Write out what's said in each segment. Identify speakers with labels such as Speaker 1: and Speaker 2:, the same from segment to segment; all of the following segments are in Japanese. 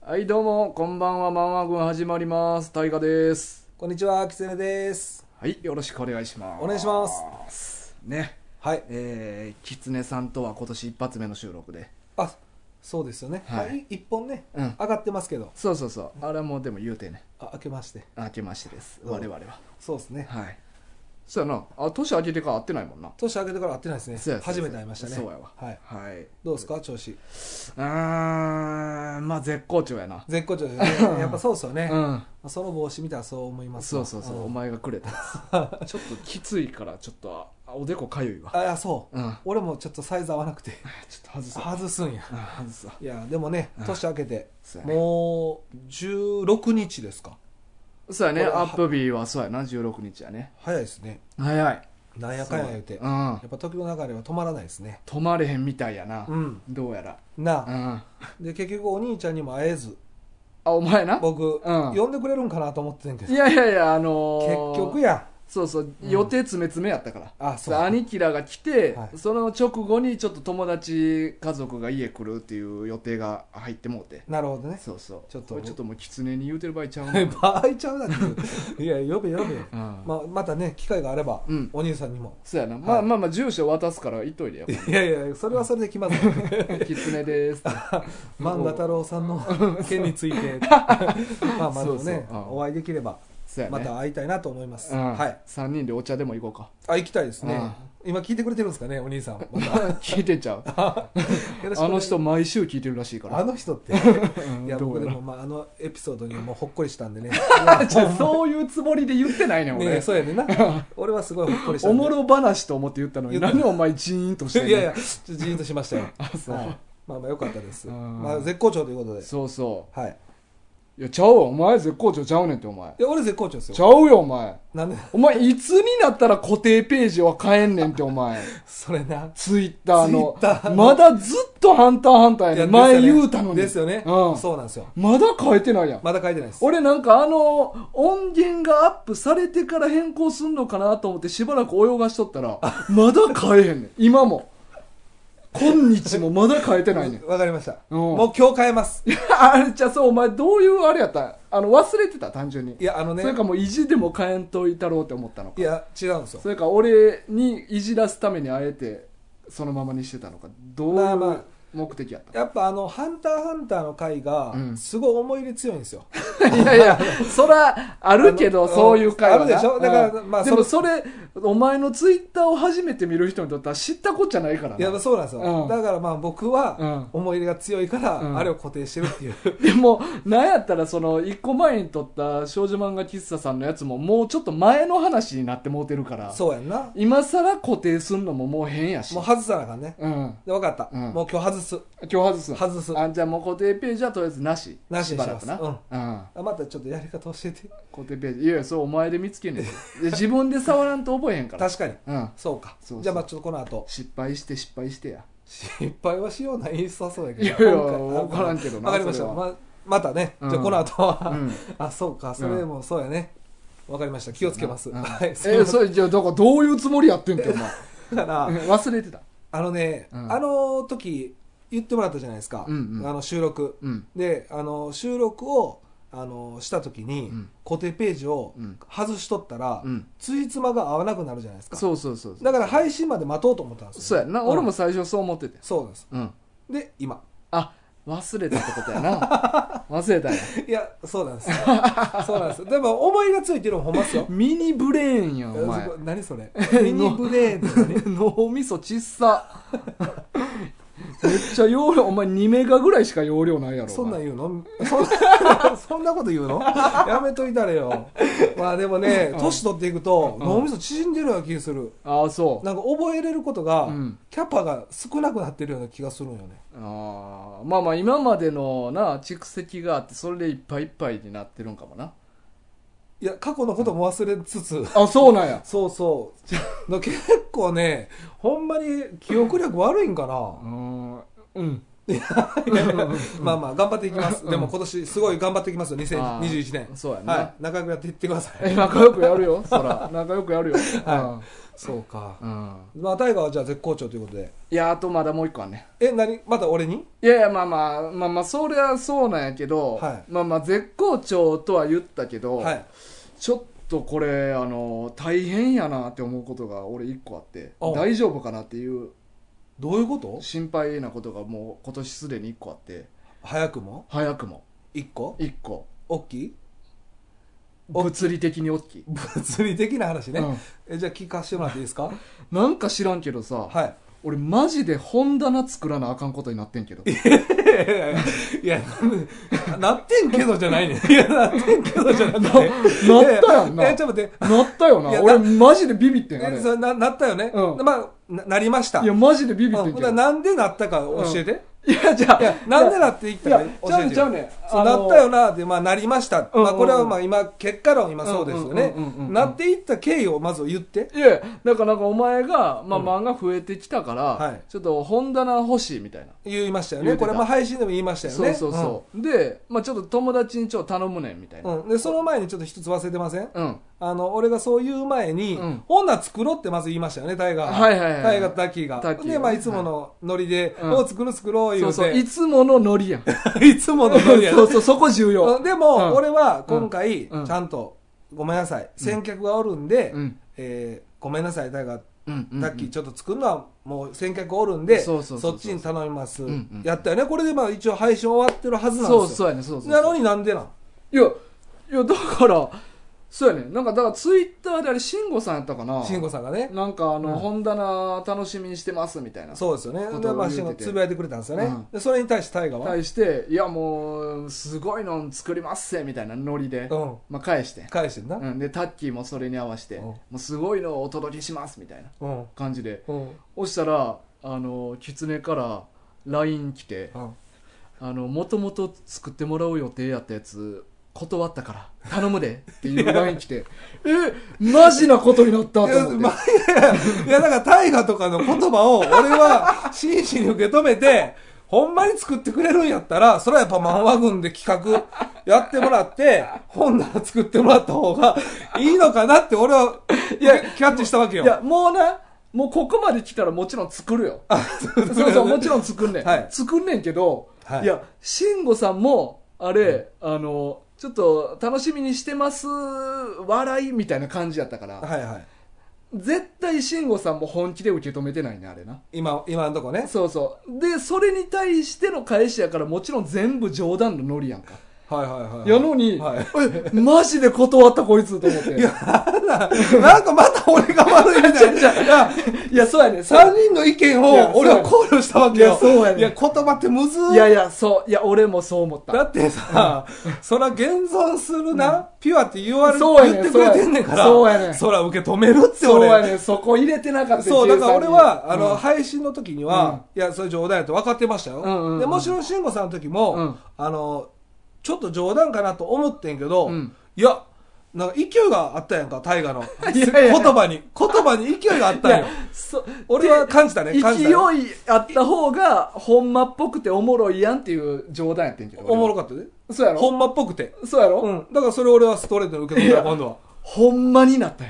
Speaker 1: はいどうもこんばんはマンワ軍始まります大河です
Speaker 2: こんにちは、きつねです。
Speaker 1: はいよろしくお願いします
Speaker 2: お願いします
Speaker 1: ね
Speaker 2: はい。
Speaker 1: えー、キツネさんとは今年一発目の収録で
Speaker 2: あ、そうですよね。
Speaker 1: は
Speaker 2: はいい。一本ね、
Speaker 1: うん
Speaker 2: 上がってますけど、
Speaker 1: そうそうそうあれはもうでも言うてね
Speaker 2: あ、明けまして。
Speaker 1: 明けましてです
Speaker 2: うん
Speaker 1: 我々は
Speaker 2: そうですね。
Speaker 1: はいそうやなあ年明けてから会ってないもんな
Speaker 2: 年明けてから会ってないです
Speaker 1: そう
Speaker 2: ね
Speaker 1: や。そうや
Speaker 2: 初めて会いましたね。
Speaker 1: そうやわ
Speaker 2: はい。
Speaker 1: はい
Speaker 2: どうですか、調子。
Speaker 1: うーんまあ絶好調やな
Speaker 2: 絶好調ですね。やっぱそうですよね。
Speaker 1: うん
Speaker 2: その帽子見たらそう思います
Speaker 1: そ
Speaker 2: わ。
Speaker 1: うそうそう、お
Speaker 2: ん
Speaker 1: 前がくれ たやつちょっときついからちょっとあおでこかゆいわ
Speaker 2: あ、いやそう。
Speaker 1: うん
Speaker 2: 俺もちょっとサイズ合わなくて、
Speaker 1: ちょっと外そう
Speaker 2: 外すんや。
Speaker 1: あ外すわ
Speaker 2: いや、でもね、年明けて
Speaker 1: そう、やね
Speaker 2: もう16日ですか。
Speaker 1: そうやね
Speaker 2: これは
Speaker 1: アップ日はそうやな16日やね
Speaker 2: 早いですね。
Speaker 1: 早い
Speaker 2: なんやかんや言うて。
Speaker 1: う
Speaker 2: や
Speaker 1: ん
Speaker 2: っぱ時の流れは止まらないですね。
Speaker 1: 止まれへんみたいやな、
Speaker 2: うん。
Speaker 1: どうやら
Speaker 2: なあ
Speaker 1: う。ん
Speaker 2: で結局お兄ちゃんにも会えず
Speaker 1: あお前な
Speaker 2: 僕、
Speaker 1: ん
Speaker 2: 呼んでくれるんかなと思ってたんやけ
Speaker 1: い
Speaker 2: ど
Speaker 1: やいやいやあの
Speaker 2: 結
Speaker 1: ー
Speaker 2: 局や
Speaker 1: そうそう、
Speaker 2: うん
Speaker 1: 予定詰め詰めやったから
Speaker 2: あそう
Speaker 1: 兄貴らが来て、
Speaker 2: はい
Speaker 1: その直後にちょっと友達家族が家来るっていう予定が入ってもうて
Speaker 2: なるほどね
Speaker 1: そうそう
Speaker 2: ちょっと
Speaker 1: これちょっともう狐に言うてる場合ちゃうな、
Speaker 2: 場合ちゃうなっていういや呼べ呼べ、
Speaker 1: うん
Speaker 2: まあ、またね機会があれば、
Speaker 1: うん
Speaker 2: お兄さんにも
Speaker 1: そうやな、ま
Speaker 2: は
Speaker 1: あ
Speaker 2: い
Speaker 1: まあまあ住所渡すから言っといてよ
Speaker 2: いやいやそれはそれで決 まった、ね、
Speaker 1: 狐でーすって
Speaker 2: 漫画太郎さんの件につい てまあまあで
Speaker 1: そう
Speaker 2: もね
Speaker 1: そううん
Speaker 2: お会いできれば
Speaker 1: そうやね
Speaker 2: また会いたいなと思います、
Speaker 1: うん
Speaker 2: はい
Speaker 1: 3人でお茶でも行こ
Speaker 2: あ行きたいですね、今聞いてくれてるんですかねお兄さんまた
Speaker 1: うか 聞いてんちゃう
Speaker 2: よろしくお
Speaker 1: あ
Speaker 2: 願
Speaker 1: の
Speaker 2: いします
Speaker 1: 人毎週聞いてるらしいから
Speaker 2: あの人って
Speaker 1: うん
Speaker 2: いや
Speaker 1: どう
Speaker 2: 僕
Speaker 1: や
Speaker 2: で
Speaker 1: ら
Speaker 2: も、まあ、あのエピソードにもうほっこりしたんでね
Speaker 1: じゃあそういうつもりで言ってないねん
Speaker 2: ね
Speaker 1: 俺
Speaker 2: えそうやねんな俺はすごいほっこりした
Speaker 1: お
Speaker 2: んで
Speaker 1: もろ話と思って言ったのに
Speaker 2: 言っ
Speaker 1: な
Speaker 2: た
Speaker 1: んでお前ジーンとしてんの
Speaker 2: いやいやちょっとじーンとしましたよ
Speaker 1: あそう
Speaker 2: はいまあまあよかったです
Speaker 1: うん
Speaker 2: まあ絶好調ということで
Speaker 1: そうそ
Speaker 2: はいう
Speaker 1: いやちゃうわお前絶好調ちゃうねんってお前
Speaker 2: いや俺絶好調です
Speaker 1: ち
Speaker 2: よ
Speaker 1: ゃうよお前
Speaker 2: なんで
Speaker 1: お前いつになったら固定ページは変えんねんってお 前
Speaker 2: それな
Speaker 1: ツイッターの
Speaker 2: Twitter の
Speaker 1: まだずっとハンターハンターや
Speaker 2: い
Speaker 1: ね
Speaker 2: や
Speaker 1: ん前
Speaker 2: ですよね
Speaker 1: 言うたのに
Speaker 2: ですよね
Speaker 1: うん
Speaker 2: そうなんですよ
Speaker 1: まだ変えてないやん
Speaker 2: まだ書いてないです
Speaker 1: 俺なんかあの音源がアップされてから変更すんのかなと思ってしばらく泳がしとったら まだ変えへんねん今も今日もまだ変えてないねん
Speaker 2: わかりました
Speaker 1: うん
Speaker 2: もう今日変えます
Speaker 1: いやあれじゃあそうお前どういうあれやったんあの忘れてた単純に
Speaker 2: いやあのね
Speaker 1: それかもう意地でも変えんといたろうって思ったのか
Speaker 2: いや違うんですよ
Speaker 1: それか俺にいじらすためにあえてそのままにしてたのかどうい
Speaker 2: まあま
Speaker 1: う
Speaker 2: あ
Speaker 1: 目的やった
Speaker 2: やっぱあの「ハンターハンター」の回が
Speaker 1: うん
Speaker 2: すごい思い入れ強いんですよ
Speaker 1: いやいや、そら、あるけど、
Speaker 2: あの
Speaker 1: そういう会話な
Speaker 2: あるでしょだから
Speaker 1: うん
Speaker 2: まあ
Speaker 1: でもそれ、お前のツイッターを初めて見る人にとっては知ったこっちゃないからな。
Speaker 2: いやそうなんです
Speaker 1: う
Speaker 2: よ
Speaker 1: ん
Speaker 2: だからまあ僕は
Speaker 1: う
Speaker 2: 思い入れが強いか
Speaker 1: うん
Speaker 2: らあれを固定してる っていう
Speaker 1: でも、なんやったら、その、一個前に撮った少女漫画喫茶さんのやつも、もうちょっと前の話になってもうてるから、
Speaker 2: そうやんな
Speaker 1: 今更固定すんのももう変やし。
Speaker 2: もう外さなあかんね
Speaker 1: うん。今
Speaker 2: で分かった、
Speaker 1: うん
Speaker 2: もう今日外す
Speaker 1: 日外すの
Speaker 2: 外す
Speaker 1: あ、じゃあもう固定ページはとりあえずなし。
Speaker 2: なしにし
Speaker 1: ば
Speaker 2: ます
Speaker 1: らくな。うん。
Speaker 2: あまたちょっとやり方教えて
Speaker 1: 固定ページ。いやいや、そうお前で見つけんねん。いや自分で触らんと覚えへんから。
Speaker 2: 確かに
Speaker 1: うん。
Speaker 2: そうか
Speaker 1: そうそう
Speaker 2: じゃあまあちょっとこの後
Speaker 1: 失敗して失敗してや。
Speaker 2: 失敗はしようないさそうやけど
Speaker 1: いやいや
Speaker 2: 今回あ
Speaker 1: わからんけどな
Speaker 2: わかりまし
Speaker 1: そ
Speaker 2: た
Speaker 1: れは
Speaker 2: ままたね
Speaker 1: うん
Speaker 2: じゃあこの後は、
Speaker 1: うん
Speaker 2: あそうかそれもそうやねわかりました気をつけます、
Speaker 1: うん
Speaker 2: はいそ
Speaker 1: え
Speaker 2: う
Speaker 1: それじゃあだからどういうつもりやってんってお前
Speaker 2: だから
Speaker 1: 忘れてた
Speaker 2: あのね、
Speaker 1: うん
Speaker 2: あの時言ってもらったじゃないですか、
Speaker 1: うんうん
Speaker 2: あの収録
Speaker 1: うん
Speaker 2: であの収録をあのした時に、
Speaker 1: うん
Speaker 2: 固定ページを
Speaker 1: うん
Speaker 2: 外しとったら、
Speaker 1: うん
Speaker 2: ついつまが合わなくなるじゃないですか
Speaker 1: そうそうそうそう
Speaker 2: だから配信まで待とうと思ったんですよ
Speaker 1: そうやんな、
Speaker 2: うん
Speaker 1: 俺も最初そう思ってて
Speaker 2: そうなんです
Speaker 1: うん
Speaker 2: で今
Speaker 1: あ忘れたってことや な忘れたんや
Speaker 2: いやそうなんです そうなんですでも思いがついてるのほんまっすよ
Speaker 1: ミニブレーン やんお前
Speaker 2: そこ何それミニブレーンって 何
Speaker 1: 脳みそちっさめっちゃ容量お前2メガぐらいしか容量ないやろ
Speaker 2: そんなん
Speaker 1: ん
Speaker 2: 言うのそんな そんなこと言うのやめといたれよまあでもね年取っていくと脳みそ縮んでるような気がする
Speaker 1: ああそう
Speaker 2: なんか覚えれることが、
Speaker 1: うん
Speaker 2: キャパが少なくなってるような気がするんよね
Speaker 1: あーまあまあ今までのな蓄積があってそれでいっぱいいっぱいになってるんかもない
Speaker 2: や過去のことも忘れつつ
Speaker 1: あそうなんや
Speaker 2: そうそうの結構ねほんまに記憶力悪いんかな
Speaker 1: うんうん
Speaker 2: まあまあ頑張っていきますでも今年すごい頑張っていきますよ
Speaker 1: あー
Speaker 2: 2021年
Speaker 1: そうやな
Speaker 2: はい仲良くやっていってください
Speaker 1: え仲良くやるよそら 仲良くやるよ、
Speaker 2: はそうか
Speaker 1: うんうん
Speaker 2: まあ大河はじゃあ絶好調ということで
Speaker 1: いやあとまだもう一個はね
Speaker 2: え何また俺に
Speaker 1: いやいやまあまあまあまあそりゃそうなんやけど、
Speaker 2: はい
Speaker 1: まあまあ絶好調とは言ったけど、
Speaker 2: はい
Speaker 1: ちょっとこれあの大変やなって思うことが俺一個あって
Speaker 2: お
Speaker 1: 大丈夫かなっていう
Speaker 2: どういうこと
Speaker 1: 心配なことがもう今年すでに一個あって
Speaker 2: 早くも
Speaker 1: 早くも
Speaker 2: 1個
Speaker 1: 一個
Speaker 2: 大きいお
Speaker 1: 物理的に大きい、
Speaker 2: 物理的な話ね、
Speaker 1: うん
Speaker 2: えじゃあ聞かせてもらっていいですか
Speaker 1: なんか知らんけどさ、
Speaker 2: はい
Speaker 1: 俺マジで本棚作らなあかんことになってんけ ど
Speaker 2: いやななってんけどじゃないねんいやなってんけどじゃなく
Speaker 1: な
Speaker 2: て
Speaker 1: ったやんな
Speaker 2: えちょっと待って
Speaker 1: なったよない
Speaker 2: や
Speaker 1: 俺マジでビビってんあれ
Speaker 2: えそれななったよね、
Speaker 1: うん
Speaker 2: まあななりました
Speaker 1: いやマジでビビ
Speaker 2: あ
Speaker 1: ってん
Speaker 2: ほ
Speaker 1: け
Speaker 2: な
Speaker 1: ど
Speaker 2: なんでなったか教えて、
Speaker 1: いやじゃ
Speaker 2: いやなんでなっていったか教えて
Speaker 1: いやちゃうねんちゃうねん
Speaker 2: そう
Speaker 1: あの
Speaker 2: なったよなって、まあ、なりました、
Speaker 1: うんうんうん
Speaker 2: まあ、これはまあ今結果論今そうですよね、
Speaker 1: うんうんうんうんうん
Speaker 2: なっていった経緯をまず言って
Speaker 1: いやなんかなんかお前が、まあ、漫画増えてきたから、
Speaker 2: はい
Speaker 1: ちょっと本棚欲しいみたいな、
Speaker 2: 言いましたよ
Speaker 1: 言
Speaker 2: ね
Speaker 1: うて
Speaker 2: こ
Speaker 1: た
Speaker 2: れまあ配信でも言いましたよ
Speaker 1: そう
Speaker 2: ね
Speaker 1: そうそう、で、まあ、ちょっと友達にちょっと頼むねんみたいな
Speaker 2: うん、うんでその前にちょっと一つ忘れてません
Speaker 1: うん、
Speaker 2: あの、俺がそう言う前に、
Speaker 1: うん
Speaker 2: 女作ろうってまず言いましたよね、タイガー。
Speaker 1: はいはいはい
Speaker 2: タイガーとタッキーが。
Speaker 1: タッキーが
Speaker 2: で、まあ、いつものノリで、
Speaker 1: うん
Speaker 2: おう作ろう作ろう言
Speaker 1: そうう
Speaker 2: て。
Speaker 1: そう いつものノリやん
Speaker 2: いつものノリや
Speaker 1: そうそうそこ重要
Speaker 2: うんでも、
Speaker 1: うん
Speaker 2: 俺は今回、
Speaker 1: うん
Speaker 2: ちゃんと、ごめんなさい、先客がおるんで、
Speaker 1: うん
Speaker 2: えーごめんなさい、タイガー。
Speaker 1: うんうん
Speaker 2: タッキーちょっと作るのはもう先客おるんで
Speaker 1: そ
Speaker 2: そ
Speaker 1: そ
Speaker 2: う
Speaker 1: うそうそう
Speaker 2: っちに頼みます、
Speaker 1: んうん
Speaker 2: やったよねこれでまあ一応配信終わってるはずなんです
Speaker 1: そ
Speaker 2: よ
Speaker 1: うそうやねそうそうそう
Speaker 2: なのになんでなん
Speaker 1: いやいやだからそうやねなんかだからツイッターであれ慎吾さんやったかな
Speaker 2: 慎吾さんがね
Speaker 1: なんかあの、
Speaker 2: うん
Speaker 1: 本棚楽しみにしてますみたいな
Speaker 2: そうですよね
Speaker 1: ことを
Speaker 2: でまあ
Speaker 1: 言うてて
Speaker 2: 慎吾つぶやいてくれたんですよね、
Speaker 1: うん
Speaker 2: でそれに対してタイガーは
Speaker 1: 対していやもうすごいの作りますせみたいなノリで、
Speaker 2: うん
Speaker 1: まあ、返してん、
Speaker 2: 返してんな
Speaker 1: うん、でタッキーもそれに合わせて、
Speaker 2: うん
Speaker 1: もうすごいのをお届けしますみたいな
Speaker 2: うん
Speaker 1: 感じで
Speaker 2: うん
Speaker 1: 押したらあの狐から LINE 来てあの「もともと作ってもらう予定やったやつ断ったから頼むで」って いう LINE 来てえマジなことになった
Speaker 2: い
Speaker 1: と
Speaker 2: や、
Speaker 1: 思
Speaker 2: ま
Speaker 1: っ
Speaker 2: あ
Speaker 1: て、
Speaker 2: いやいや、だから、大河とかの言葉を、俺は、真摯に受け止めて、ほんまに作ってくれるんやったら、それはやっぱ漫画軍で企画やってもらって、本棚作ってもらった方がいいのかなって、俺は、いや、キャッチしたわけよ。
Speaker 1: いやもうなもうここまで来たらもちろん作るよ
Speaker 2: そう
Speaker 1: そうそう、もちろん作んねん。
Speaker 2: はい
Speaker 1: 作んねんけど、
Speaker 2: はい
Speaker 1: い、や、慎吾さんも、あれ、あの、ちょっと楽しみにしてます、笑いみたいな感じやったから、
Speaker 2: はいはい。
Speaker 1: 絶対慎吾さんも本気で受け止めてないね、あれな。
Speaker 2: 今、今のとこね。
Speaker 1: そうそう。で、それに対しての返しやから、もちろん全部冗談のノリやんか。
Speaker 2: はいはいはいはい。
Speaker 1: やのに、
Speaker 2: はい
Speaker 1: え マジで断ったこいつと思って。いや、
Speaker 2: なんかまた俺が悪いみたいな。いや
Speaker 1: そうやね。
Speaker 2: 三人の意見
Speaker 1: いや
Speaker 2: を俺は考慮したわ
Speaker 1: い
Speaker 2: けよ。
Speaker 1: やそうやね
Speaker 2: いや、言葉ってむずー
Speaker 1: いやいや、そう。いや、俺もそう思った。
Speaker 2: だってさ、そら現存するな、ピュアって言われ、
Speaker 1: そうやねん
Speaker 2: 言ってくれてんねんから、
Speaker 1: そうやねん
Speaker 2: そら受け止めるって
Speaker 1: そうや
Speaker 2: 俺。
Speaker 1: ねんそこ入れてなかった
Speaker 2: そう、だから俺は、あの、
Speaker 1: は
Speaker 2: 配信の時には、いや、それ冗談やと分かってました
Speaker 1: う
Speaker 2: よ。
Speaker 1: んうんうん
Speaker 2: で、もちろん慎吾さんの時も、
Speaker 1: うん
Speaker 2: あの、ちょっと冗談かなと思ってんけど、
Speaker 1: うん
Speaker 2: いや、なんか勢いがあったやんか、大河の。
Speaker 1: いやいやいや
Speaker 2: 言葉に、言葉に勢いがあったんよ。
Speaker 1: そ
Speaker 2: 俺は感じたね、感じ
Speaker 1: 勢
Speaker 2: た
Speaker 1: い
Speaker 2: ね。
Speaker 1: あった方がほんまっぽくておもろいやんっていう冗談やってんけど
Speaker 2: おもろ
Speaker 1: か
Speaker 2: かったね。
Speaker 1: そうや
Speaker 2: ほ
Speaker 1: ろ
Speaker 2: んまっぽくて。
Speaker 1: そうやろ、
Speaker 2: うん。だからそれ俺はストレートに受け止めた、今度は。
Speaker 1: ほんまになった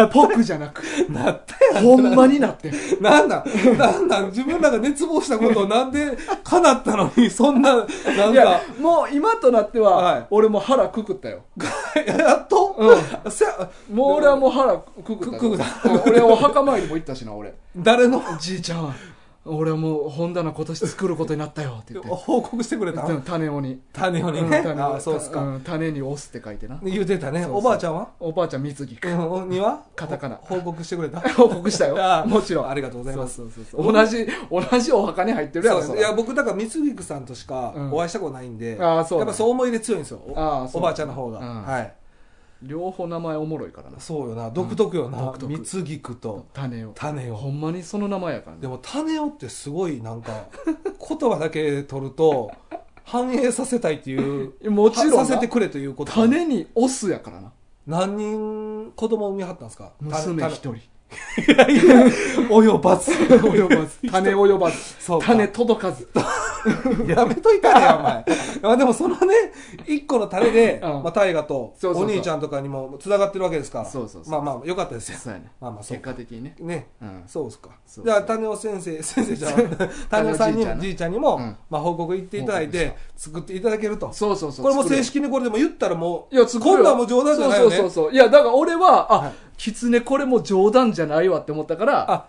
Speaker 1: よぽく じゃなく
Speaker 2: なった
Speaker 1: ほんまになってん
Speaker 2: なんなんなんなん自分らが熱望したことをなんで叶ったのに、そんな、なん
Speaker 1: いや
Speaker 2: か、
Speaker 1: もう今となっては、
Speaker 2: はい
Speaker 1: 俺も腹くくったよ
Speaker 2: やっと、
Speaker 1: う
Speaker 2: せや
Speaker 1: もう俺はもう腹くくったよ
Speaker 2: くくった
Speaker 1: うん俺お墓参りも行ったしな俺
Speaker 2: 誰の
Speaker 1: じいちゃん俺はもう本棚今年作ることになったよって言って
Speaker 2: 報告してくれた
Speaker 1: うん種をに
Speaker 2: 種をね。
Speaker 1: うん種を
Speaker 2: あそうっすか。
Speaker 1: うん種に押すって書いてな
Speaker 2: 言うてたね。
Speaker 1: そうそう
Speaker 2: おばあちゃんは
Speaker 1: おばあちゃん貢ぎか
Speaker 2: うんお、には
Speaker 1: カタカナ
Speaker 2: 報告してく れた
Speaker 1: 報告した
Speaker 2: あ
Speaker 1: よ
Speaker 2: ー
Speaker 1: もちろん
Speaker 2: ありがとうございます。
Speaker 1: 同じ同じお墓に入ってるやろ
Speaker 2: そう
Speaker 1: そ
Speaker 2: そう
Speaker 1: ら
Speaker 2: いや僕だから光菊さんとしか
Speaker 1: うん
Speaker 2: お会いしたことないんで、
Speaker 1: あーそう
Speaker 2: やっぱそう思い入れ強いんですよお
Speaker 1: あーそう
Speaker 2: おばあちゃんの方が、
Speaker 1: うん
Speaker 2: はい
Speaker 1: 両方名前おもろいからな
Speaker 2: そうよな独特よ
Speaker 1: うん
Speaker 2: な、
Speaker 1: 独特
Speaker 2: 光菊と
Speaker 1: 種を
Speaker 2: 種を
Speaker 1: ほんまにその名前やから
Speaker 2: で
Speaker 1: ね
Speaker 2: も種をってすごいなんか 言葉だけ取ると反映させたいっていう
Speaker 1: もちろんな
Speaker 2: させてくれということ
Speaker 1: 種にオスやからな
Speaker 2: 何人子供産みはったんですか
Speaker 1: 娘一人
Speaker 2: 種いやいや及ば ず
Speaker 1: 及ばず種及ばず
Speaker 2: そうか
Speaker 1: 種届かず
Speaker 2: やめと いたね、お前。まあでもそのね、一個のタレで、
Speaker 1: うん
Speaker 2: まあ、大河と
Speaker 1: そうそう
Speaker 2: お
Speaker 1: そう
Speaker 2: 兄ちゃんとかにも繋がってるわけですから。
Speaker 1: そうそうそう
Speaker 2: まあまあ、よかったですよ。
Speaker 1: そうやね
Speaker 2: まあまあ、そう
Speaker 1: 結
Speaker 2: か。
Speaker 1: 果的にね
Speaker 2: ね。
Speaker 1: うん
Speaker 2: そうですか。
Speaker 1: そう
Speaker 2: じゃあ、種尾 先生、先生じゃない種尾さんに
Speaker 1: 種尾じいちゃんな
Speaker 2: も、じいちゃんにも、
Speaker 1: うん
Speaker 2: まあ、報告行っていただい
Speaker 1: 報
Speaker 2: て、作っていただけると。
Speaker 1: そうそうそう
Speaker 2: これも正
Speaker 1: 作
Speaker 2: 式にこれでも言ったらもう、
Speaker 1: るよいや作るよ
Speaker 2: 今度はもう冗談じゃないよね。
Speaker 1: そうそうそうそういやだから俺はあ、
Speaker 2: はい
Speaker 1: キツネこれも冗談じゃないわって思ったから
Speaker 2: あ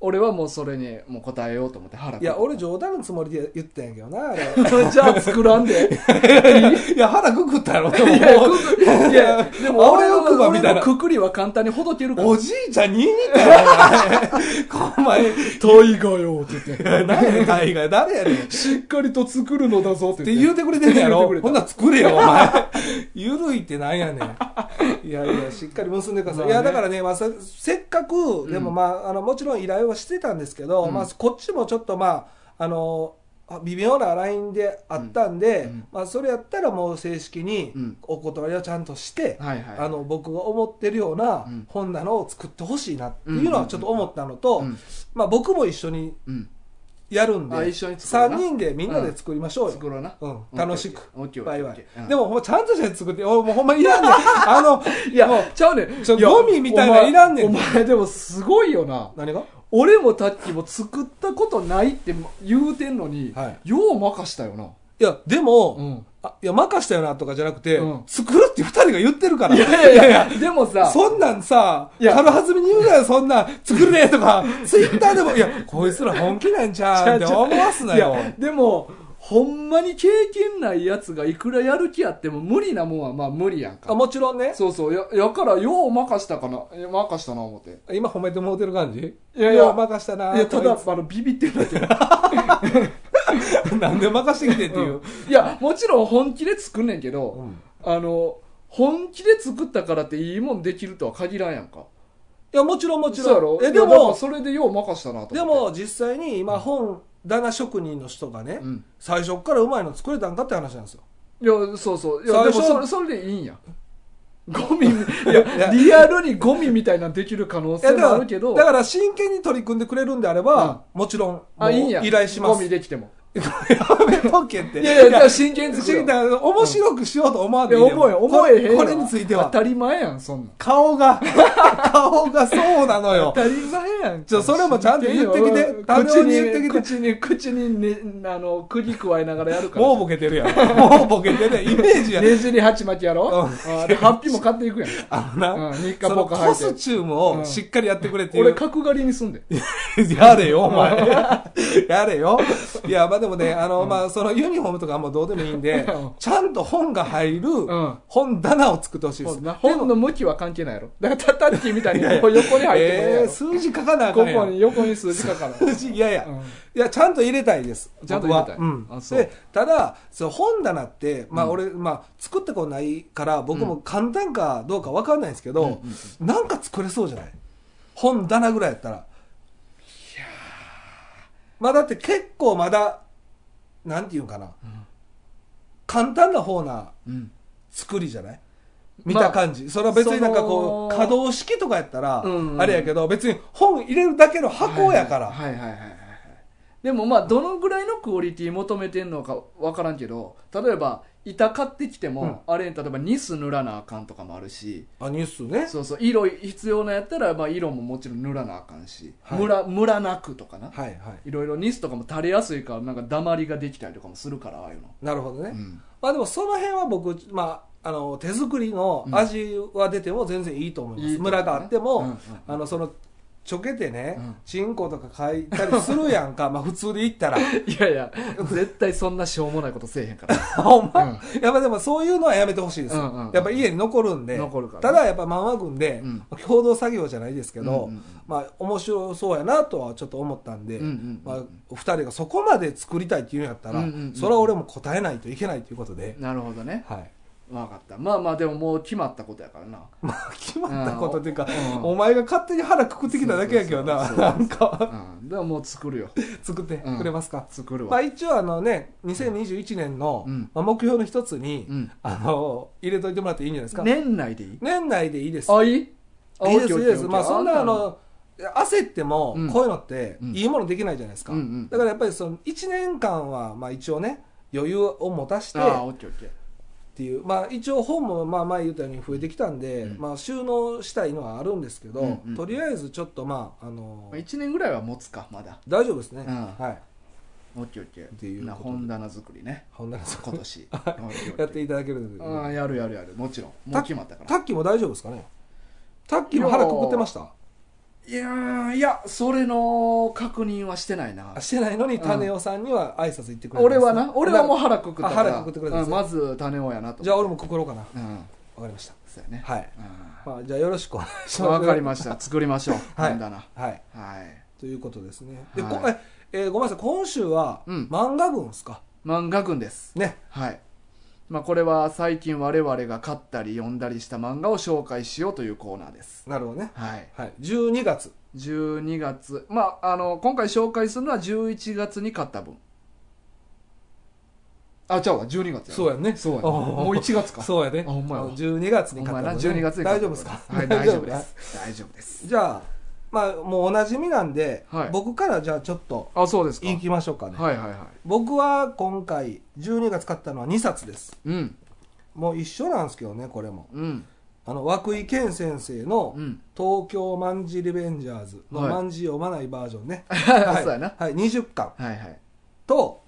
Speaker 1: 俺はもうそれにもう答えようと思って腹くく
Speaker 2: いや、俺冗談のつもりで言ったんやけど な、あれ
Speaker 1: じゃあ作らんで
Speaker 2: いや、腹くくったやろ、でも
Speaker 1: いやくくいやでも俺
Speaker 2: 俺の
Speaker 1: の
Speaker 2: クマみたいな
Speaker 1: 俺のくくりは簡単にほどけるから
Speaker 2: おじいちゃんに言いに行った よ、お前。
Speaker 1: 大河よって言っ
Speaker 2: お前、何やねん、大河誰やねん。っ
Speaker 1: しっかりと作るのだぞって
Speaker 2: て
Speaker 1: 言
Speaker 2: 言
Speaker 1: っ
Speaker 2: うてくれてんねや
Speaker 1: 言うて
Speaker 2: ろ
Speaker 1: くれ。た
Speaker 2: ほんなら作れよ、お前。 ゆるいってなんやねん。いやいや、しっかり結んでくだ
Speaker 1: ま
Speaker 2: さい。
Speaker 1: あ
Speaker 2: い
Speaker 1: ね
Speaker 2: や、だからね、まあ、せせっかく、
Speaker 1: ん
Speaker 2: でもまあ、あの、もちろん依頼はしてたんですけど、
Speaker 1: うん
Speaker 2: まあ、こっちもちょっとまあ、あの、あ微妙なラインであったんで、
Speaker 1: うんうん
Speaker 2: まあ、それやったらもう正式に
Speaker 1: うん
Speaker 2: お断りをちゃんとし
Speaker 1: て
Speaker 2: て、
Speaker 1: はいはい
Speaker 2: あの僕が思ってるような
Speaker 1: うん
Speaker 2: 本棚を作ってほしいなっていうのはちょっと思ったのと、
Speaker 1: うん
Speaker 2: まあ、僕も一緒に
Speaker 1: うん
Speaker 2: やるんで
Speaker 1: あ一緒に作ろう
Speaker 2: 3
Speaker 1: な
Speaker 2: 人でみんなで作りましょうよ、
Speaker 1: 作ろうな
Speaker 2: うん楽しく
Speaker 1: オッケーオッ
Speaker 2: ワ
Speaker 1: ケー
Speaker 2: イ
Speaker 1: オ
Speaker 2: ワ
Speaker 1: ッ
Speaker 2: イ
Speaker 1: ケーオッケーうん
Speaker 2: でもほんまちゃんとして作って俺もうほんま いらんねんあの
Speaker 1: いや
Speaker 2: もう、
Speaker 1: ちゃうねん。
Speaker 2: ちょ
Speaker 1: いや
Speaker 2: ゴミみたいなのいらんねん
Speaker 1: お前お前でもすごいよな。
Speaker 2: 何が
Speaker 1: 俺もタッキーも作ったことないって言うてんのに、
Speaker 2: はい
Speaker 1: よう任したよな。
Speaker 2: いやでも、
Speaker 1: うん。
Speaker 2: あいや任したよなとかじゃなくて、
Speaker 1: うん
Speaker 2: 作るって2人が言ってるから
Speaker 1: いやいやいや、でもさ、
Speaker 2: そんなんさ、
Speaker 1: いや
Speaker 2: 軽はずみに言うなよ、そんなん、作るね とか、ツイッターでも、いや、こいつら本気なんちゃうんって思わすないよ。
Speaker 1: や、でも、ほんまに経験ないやつがいくらやる気あっても無理なもんはまあ無理やん
Speaker 2: あ
Speaker 1: か。
Speaker 2: もちろんね、
Speaker 1: そうそう。や、やからよう任したかな。え任したな思って。
Speaker 2: 今褒めてもうてる感じ
Speaker 1: いやいや
Speaker 2: よう任したな。
Speaker 1: いや、ただ
Speaker 2: こ、
Speaker 1: あの、ビビってるだけ。
Speaker 2: いつなんで任してきてっていう。
Speaker 1: いや、もちろん本気で作んねんけど、
Speaker 2: うん
Speaker 1: あの、本気で作ったからっていいもんできるとは限らんやんか。
Speaker 2: いや、もちろんもち
Speaker 1: そうや
Speaker 2: ろ
Speaker 1: ろ
Speaker 2: ん。え、
Speaker 1: い
Speaker 2: で
Speaker 1: やだから
Speaker 2: も、
Speaker 1: それでよう任したなと
Speaker 2: で
Speaker 1: 思っ
Speaker 2: も実際に今本棚職人の人がね
Speaker 1: て、うん、
Speaker 2: 最初っからうまいの作れたんかって話なんですよ。
Speaker 1: いやそうそういやでも
Speaker 2: 最初
Speaker 1: それそれでいいん やゴミい
Speaker 2: い
Speaker 1: や
Speaker 2: や
Speaker 1: リアルにゴミみたいなのできる可能
Speaker 2: いや
Speaker 1: 性
Speaker 2: だ
Speaker 1: も
Speaker 2: か
Speaker 1: あ
Speaker 2: ら
Speaker 1: るけど
Speaker 2: だから真剣に取り組んでくれるんであれば、もちろん、
Speaker 1: あいいんや
Speaker 2: 依頼しま
Speaker 1: ゴ
Speaker 2: す。
Speaker 1: ミ
Speaker 2: や
Speaker 1: できても
Speaker 2: めとけって。
Speaker 1: いやいやじゃあ真剣作
Speaker 2: 真
Speaker 1: る
Speaker 2: 剣だから面白くしようと思わんでいいね
Speaker 1: 思え思えへんよ
Speaker 2: ここれについては
Speaker 1: 当たり前やんそんなん
Speaker 2: 顔が 顔がそうなのよ
Speaker 1: 当たり前やん
Speaker 2: じゃあそれもちゃんと言ってきて
Speaker 1: うん
Speaker 2: 単
Speaker 1: 口
Speaker 2: 純に言って
Speaker 1: に
Speaker 2: きて
Speaker 1: 口に口に、ね、あの釘加えながらやるから
Speaker 2: もうボケてるやんもうボケてるやんイメージやん
Speaker 1: ねじり鉢巻きやろ、
Speaker 2: う
Speaker 1: あでハッピーも買っていくやん
Speaker 2: あのな、
Speaker 1: うん日課
Speaker 2: その
Speaker 1: ポカ入
Speaker 2: コ
Speaker 1: って
Speaker 2: スチュームをしっかりやってくれっていう、
Speaker 1: 俺角刈りにすんで
Speaker 2: やれよお 前やれよいやまあでもねあの、まあそのユニフォームとかはもうどうでもいいんで
Speaker 1: うん
Speaker 2: ちゃんと本が入る
Speaker 1: ん
Speaker 2: 本棚を作ってほしいです、
Speaker 1: そうな本の向きは関係ないやろだからタッキーみたいにこう横に入ってもいいや
Speaker 2: え
Speaker 1: ろ、
Speaker 2: ー数字書かなあか
Speaker 1: こ
Speaker 2: んやん
Speaker 1: こに横に数字書かな
Speaker 2: 数字いやいや、
Speaker 1: うん
Speaker 2: いや、ちゃんと入れたいです。
Speaker 1: ちゃんと入れたい
Speaker 2: 僕はうん
Speaker 1: あそう
Speaker 2: で、ただ、その本棚って、ま
Speaker 1: う
Speaker 2: あ
Speaker 1: ん
Speaker 2: 俺、まあ作ったことないから、僕も簡単かどうかわかんないんですけ
Speaker 1: うんうん
Speaker 2: ど、なんか作れそうじゃない本棚ぐらいやったら。いやまあだって結構まだ、なんていうんかな、簡単な方な
Speaker 1: うん
Speaker 2: 作りじゃない見た感じ、それは別になんかこう
Speaker 1: その
Speaker 2: 可動式とかやったら、
Speaker 1: うんうん
Speaker 2: あれやけど別に本入れるだけの箱やから、
Speaker 1: はいはいはいはいはいでもまあどのぐらいのクオリティ求めてんのか分からんけど例えば板買ってきても、あれに例えばニス塗らなあかんとかもあるし
Speaker 2: あニュースね
Speaker 1: そうそう色必要なやったら、まあ、色ももちろん塗らなあかんし、
Speaker 2: はい
Speaker 1: ムラムラなくとかな、
Speaker 2: はいはい
Speaker 1: いろいろニスとかも垂れやすいからなんかだまりができたりとかもするからああいうの、
Speaker 2: なるほどね、
Speaker 1: うん
Speaker 2: まあでもその辺は僕、まあ、あの手作りの
Speaker 1: うん
Speaker 2: 味は出ても全然いいと思います、
Speaker 1: いいと思う
Speaker 2: ムラがあっても、
Speaker 1: うんうんうん
Speaker 2: あのそのちょけてね、
Speaker 1: うん
Speaker 2: チンコとか書いたりするやん かまあ普通で言ったら
Speaker 1: いやいや絶対そんなしょうもないことせえへんから
Speaker 2: ほんま、
Speaker 1: うん
Speaker 2: やっぱでもそういうのはやめてほしいですよ、
Speaker 1: うんうんうん
Speaker 2: やっぱ家に残るんで
Speaker 1: 残るからね
Speaker 2: ただやっぱ漫画軍で、
Speaker 1: うん
Speaker 2: 共同作業じゃないですけど、
Speaker 1: うんうんうん
Speaker 2: まあ面白そうやなとはちょっと思ったんで、
Speaker 1: うんうんうん
Speaker 2: まあ、お二人がそこまで作りたいっていうんやったら、
Speaker 1: うんうんうん
Speaker 2: それは俺も答えないといけないということで、
Speaker 1: なるほどね
Speaker 2: はい
Speaker 1: 分かったまあまあでももう決まったことやからな
Speaker 2: まあ、決まったことっていうか、
Speaker 1: うん
Speaker 2: お前が勝手に腹くくってきただけやけど
Speaker 1: そ
Speaker 2: な、
Speaker 1: うそうそう
Speaker 2: なんか、
Speaker 1: うんでももう作るよ
Speaker 2: 作ってくれますか。
Speaker 1: 作る
Speaker 2: まあ
Speaker 1: わ
Speaker 2: 一応あのね、2021年の、
Speaker 1: うん
Speaker 2: まあ、目標の一つに、
Speaker 1: うん
Speaker 2: あの、入れといてもらっていいんじゃないですか。
Speaker 1: 年内でいい
Speaker 2: 年内でいいです。
Speaker 1: あいいあ
Speaker 2: いいです、
Speaker 1: オッケーオッケー
Speaker 2: いいです。
Speaker 1: オッケー
Speaker 2: まあそんなあの、焦っても
Speaker 1: うん
Speaker 2: こういうのって
Speaker 1: うん
Speaker 2: いいものできないじゃないですか、
Speaker 1: うんうん
Speaker 2: だからやっぱりその1年間はまあ一応ね余裕を持たしてっ
Speaker 1: ああオッケーオッケー
Speaker 2: ていうまあ一応本もまあ前言ったように増えてきたんで、
Speaker 1: うん
Speaker 2: まあ収納したいのはあるんですけど、
Speaker 1: うんうん
Speaker 2: とりあえずちょっとまああの
Speaker 1: まあ1年ぐらいは持つかまだ
Speaker 2: 大丈夫ですね、
Speaker 1: うん
Speaker 2: はい
Speaker 1: オッケーオッケー
Speaker 2: っていうこと
Speaker 1: な
Speaker 2: で
Speaker 1: 本棚作りね
Speaker 2: 本田さん
Speaker 1: 今年
Speaker 2: やって
Speaker 1: い
Speaker 2: いただけるので
Speaker 1: ああやるやるやるもちろんもう決まったから
Speaker 2: タッキーも大丈夫ですかねタッキーも腹くくってました
Speaker 1: いやーいやそれの確認はしてないな
Speaker 2: あしてないのに種尾さんには挨拶行ってくれたんで
Speaker 1: 俺
Speaker 2: すね
Speaker 1: はな俺はもう腹くくったから
Speaker 2: あ腹くくってくれたんですね
Speaker 1: うんまず種をやなと思って
Speaker 2: じゃあ俺も心かなわか
Speaker 1: うん
Speaker 2: りました
Speaker 1: そうやね
Speaker 2: はい、
Speaker 1: う
Speaker 2: まあ、じゃあよろしくお願いし
Speaker 1: ん
Speaker 2: ます
Speaker 1: わかりました作りましょう
Speaker 2: はい
Speaker 1: 本棚
Speaker 2: はい
Speaker 1: はい
Speaker 2: ということですねで、
Speaker 1: はい
Speaker 2: こええーごめんなさい今週は
Speaker 1: うん
Speaker 2: 漫画群ですか、
Speaker 1: 漫画群です
Speaker 2: ね
Speaker 1: はいまあこれは最近我々が買ったり読んだりした漫画を紹介しようというコーナーです
Speaker 2: なるほどね
Speaker 1: はい
Speaker 2: はい12月
Speaker 1: 12月まああの今回紹介するのは11月に買った分あちゃうわ12月や
Speaker 2: そうやんね
Speaker 1: そうや
Speaker 2: あ
Speaker 1: もう1月か
Speaker 2: そうやね
Speaker 1: あほんまやわ
Speaker 2: 12月に
Speaker 1: お前
Speaker 2: 買った
Speaker 1: な
Speaker 2: のね
Speaker 1: 12月に買っ
Speaker 2: 大
Speaker 1: た
Speaker 2: 丈夫
Speaker 1: 分
Speaker 2: ですか
Speaker 1: はい大丈夫で
Speaker 2: はい
Speaker 1: す大丈夫です
Speaker 2: じゃあまあもうおなじみなんで、
Speaker 1: はい
Speaker 2: 僕からじゃあちょっと
Speaker 1: あそうですか
Speaker 2: 行きましょうかね、
Speaker 1: はいはいはい
Speaker 2: 僕は今回12月買ったのは2冊です
Speaker 1: うん
Speaker 2: もう一緒なんですけどねこれも
Speaker 1: うん
Speaker 2: あの涌井健先生の
Speaker 1: うん
Speaker 2: 「東京マンジリベンジャーズ」の
Speaker 1: はい
Speaker 2: マンジ読まないバージョンね、
Speaker 1: はい そうやな
Speaker 2: はい、20巻
Speaker 1: はいはい
Speaker 2: と、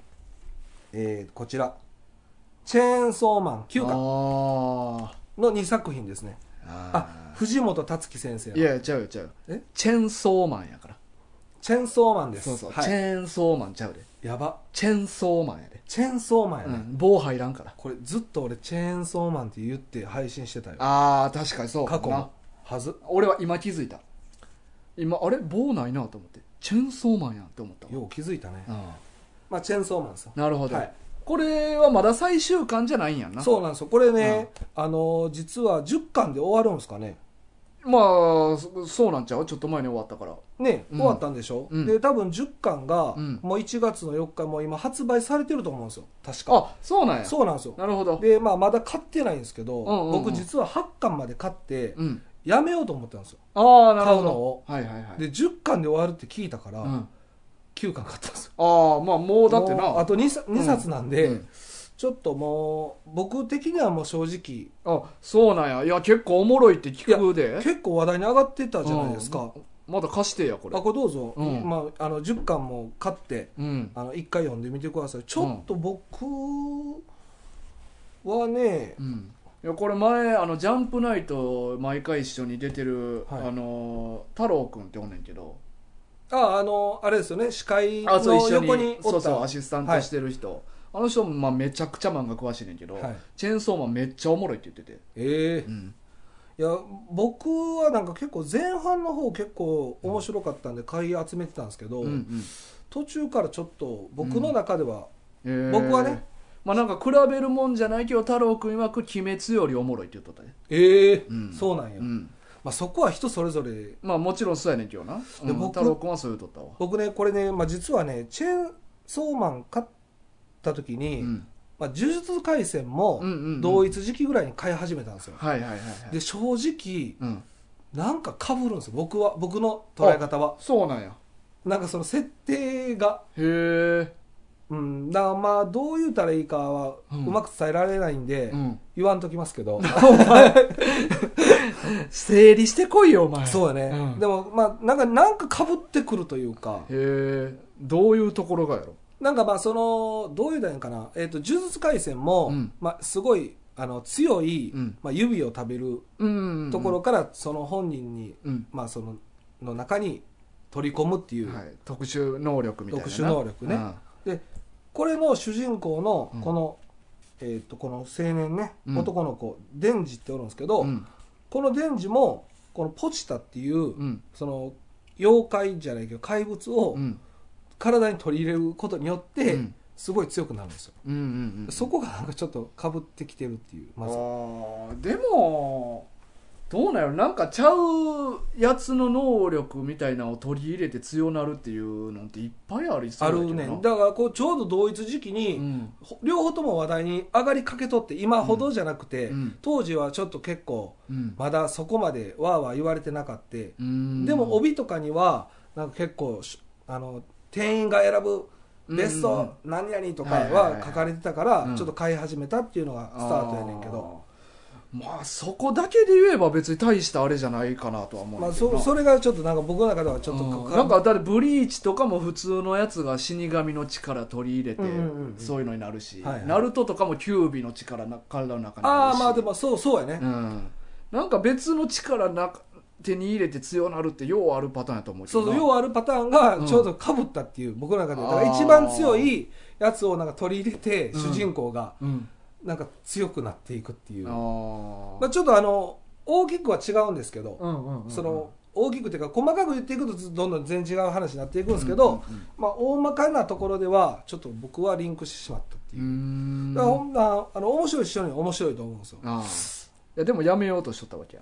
Speaker 2: えーこちら「チェーンソーマン9巻
Speaker 1: あ」
Speaker 2: の2作品ですね
Speaker 1: ーあ
Speaker 2: あ藤本達樹先生
Speaker 1: ーい
Speaker 2: の
Speaker 1: やいやちゃうよちゃうよ
Speaker 2: え
Speaker 1: チェーンソーマンやから
Speaker 2: 「チェーンソーマン」です
Speaker 1: そうそう、
Speaker 2: は
Speaker 1: チ
Speaker 2: い、
Speaker 1: ェーンソーマンちゃうで
Speaker 2: やば
Speaker 1: チェーンソーマンやで、
Speaker 2: チェーンソーマンや
Speaker 1: う
Speaker 2: ね、
Speaker 1: ん、棒入らんから
Speaker 2: これずっと俺「チェーンソーマン」って言って配信してたよ
Speaker 1: ああ確かにそうか
Speaker 2: 過
Speaker 1: も
Speaker 2: 去
Speaker 1: な
Speaker 2: のはず
Speaker 1: 俺は今気づいた今あれ棒ないなと思ってチェーンソーマンやんって思った
Speaker 2: よう気づいたね、
Speaker 1: あ
Speaker 2: まあ、チェーンソーマンですよ
Speaker 1: あなるほど、
Speaker 2: はい
Speaker 1: これはまだ最終巻じゃないんやんな
Speaker 2: そうなんですよこれね、あのー実は10巻で終わるんですかね
Speaker 1: まあそそうなんちゃうちょっと前に終わったから
Speaker 2: ね、
Speaker 1: うん
Speaker 2: 終わったんでしょ、
Speaker 1: うん
Speaker 2: で多分10巻が
Speaker 1: うん
Speaker 2: もう1月の4日もう今発売されてると思うんですよ確か
Speaker 1: あそうなんや
Speaker 2: そうなんですよ
Speaker 1: なるほど
Speaker 2: で、まあ、まだ買ってないんですけど、
Speaker 1: んうんうん
Speaker 2: 僕実は8巻まで買って
Speaker 1: うん
Speaker 2: やめようと思ったんですよ
Speaker 1: ああなる
Speaker 2: 買うの
Speaker 1: ほ
Speaker 2: を
Speaker 1: どはいはいはい
Speaker 2: で10巻で終わるって聞いたから、
Speaker 1: うん、あ
Speaker 2: 9巻買ったんですよ
Speaker 1: あーまあもうだって
Speaker 2: もうあ
Speaker 1: な
Speaker 2: と 2, さ2冊なんで、
Speaker 1: うん
Speaker 2: ちょっともう僕的にはもう正直
Speaker 1: あそうなんやいや結構おもろいって聞くで
Speaker 2: 結構話題に上がってたじゃないですか、
Speaker 1: まだ貸してやこれ
Speaker 2: あこれどうぞ、
Speaker 1: うん
Speaker 2: まあ、あの10巻も買って
Speaker 1: うん
Speaker 2: あの1回読んでみてくださいちょっと僕はね、
Speaker 1: うんいやこれ前あのジャンプナイト毎回一緒に出てる、
Speaker 2: はい
Speaker 1: あの太郎くんっておんねんけど
Speaker 2: ああのあれですよね司会
Speaker 1: あそう
Speaker 2: の
Speaker 1: 一緒
Speaker 2: 横
Speaker 1: に
Speaker 2: にお
Speaker 1: そう
Speaker 2: った
Speaker 1: そうアシスタントしてる人、あの人もまあめちゃくちゃ漫画詳しいねんけど、
Speaker 2: はい
Speaker 1: チェーンソーマンめっちゃおもろいって言ってて、
Speaker 2: え
Speaker 1: うん、
Speaker 2: えいや僕はなんか結構前半の方結構面白かったんで買い集めてたんですけど、
Speaker 1: うんうん
Speaker 2: 途中からちょっと僕の中では、
Speaker 1: えー
Speaker 2: 僕はね
Speaker 1: まあなんか比べるもんじゃないけど太郎くん曰く「鬼滅よりおもろい」って言っとったね、
Speaker 2: ええ
Speaker 1: うん
Speaker 2: そうなんや、
Speaker 1: うん、
Speaker 2: まあ、そこは人それぞれ
Speaker 1: まあもちろんそうやねんけどな、うん
Speaker 2: 僕
Speaker 1: 太郎くんはそう言うとったわ、
Speaker 2: 僕ねこれね、まあ、実はねチェーンソーマン買った時に、
Speaker 1: うん
Speaker 2: まあ、呪術廻戦も
Speaker 1: うんうんうん
Speaker 2: 同一時期ぐらいに買い始めたんですよ、
Speaker 1: はいはいはいはい
Speaker 2: で正直
Speaker 1: うん、
Speaker 2: なんか被るんですよ僕は僕の捉え方は
Speaker 1: そうなんや
Speaker 2: なんかその設定が
Speaker 1: へえ
Speaker 2: うんだからまあどう言うたらいいかは
Speaker 1: う
Speaker 2: う
Speaker 1: ん
Speaker 2: まく伝えられないんで、
Speaker 1: うん
Speaker 2: 言わんときます けど
Speaker 1: 整理してこいよお前
Speaker 2: そうやね、
Speaker 1: うん
Speaker 2: でもまあなんかなんか被ってくるというか
Speaker 1: へえどういうところがやろ
Speaker 2: なんかまあそのどういうたらいいのかな、えっと呪術廻戦も、
Speaker 1: うん
Speaker 2: まあ、すごいあの強い、
Speaker 1: うん
Speaker 2: まあ、指を食べる
Speaker 1: うん
Speaker 2: ところから、その本人に、
Speaker 1: うん
Speaker 2: まあ、そのの中に取り込むっていう、
Speaker 1: はい、特殊能力みたいな
Speaker 2: 特殊能力ね
Speaker 1: うん
Speaker 2: でこれの主人公の
Speaker 1: うん
Speaker 2: この、えー、とこの青年ね、
Speaker 1: うん
Speaker 2: 男の子デンジっておるんですけど、
Speaker 1: うん
Speaker 2: このデンジもこのポチタっていう、
Speaker 1: うん
Speaker 2: その妖怪じゃないけど怪物を
Speaker 1: うん
Speaker 2: 体に取り入れることによって、
Speaker 1: うん
Speaker 2: すごい強くなるんですよ、
Speaker 1: うんうんうん
Speaker 2: そこがなんかちょっとかぶってきてるっていう
Speaker 1: あ
Speaker 2: まず
Speaker 1: ーでもどうなんやろなんかちゃうやつの能力みたいなのを取り入れて強なるっていうなんていっぱいありそ
Speaker 2: あ
Speaker 1: うだけ
Speaker 2: る
Speaker 1: どな
Speaker 2: ねんだからこうちょうど同一時期
Speaker 1: う
Speaker 2: に、
Speaker 1: ん
Speaker 2: ほ両方とも話題に上がりかけとって今ほどじゃなくて、
Speaker 1: うん
Speaker 2: 当時はちょっと結構
Speaker 1: うん
Speaker 2: まだそこまでわーわー言われてなかって、
Speaker 1: うん
Speaker 2: でも帯とかにはなんか結構しあの店員が選ぶベス
Speaker 1: うんうん
Speaker 2: ト何々とか
Speaker 1: はいはいはいは
Speaker 2: はい書かれてたから
Speaker 1: うん
Speaker 2: ちょっと買い始めたっていうのがスタートやねんけど、
Speaker 1: あーまあそこだけで言えば別に大したあれじゃないかなとは思う
Speaker 2: まあ、
Speaker 1: んだけど
Speaker 2: そ
Speaker 1: な
Speaker 2: それがちょっとなんか僕の中ではちょっと
Speaker 1: うんなんかだってブリーチとかも普通のやつが死神の力取り入れて
Speaker 2: うんうんうん
Speaker 1: そういうのになるし、
Speaker 2: はいはい
Speaker 1: ナルトとかもキュービの力な体の中にあ
Speaker 2: あ
Speaker 1: る
Speaker 2: あ
Speaker 1: し
Speaker 2: まあでもそうそうやね、
Speaker 1: うん、なんか別の力な手に入れて強なるってようあるパターンやと思うけ
Speaker 2: そ
Speaker 1: ど
Speaker 2: う
Speaker 1: な
Speaker 2: そう要はあるパターン
Speaker 1: う
Speaker 2: が
Speaker 1: ん
Speaker 2: ちょうどかぶったっていう、僕の中でだか
Speaker 1: あ
Speaker 2: ら
Speaker 1: ー
Speaker 2: 一番強いやつをなんか取り入れて
Speaker 1: うん
Speaker 2: 主人公が
Speaker 1: うん
Speaker 2: なんか強くなっていくっていう、
Speaker 1: あ
Speaker 2: まあ、ちょっとあの大きくは違うんですけど、
Speaker 1: あ
Speaker 2: その大きくていうか細かく言っていくとどんどん全然違う話になっていくんですけど、まあ、大まかなところではちょっと僕はリンクしてしまったって
Speaker 1: う
Speaker 2: い
Speaker 1: ー
Speaker 2: う、
Speaker 1: ん
Speaker 2: だからほんなあの面白い人には面白いと思うんですよ
Speaker 1: ああいやでもやめようとしとったわけ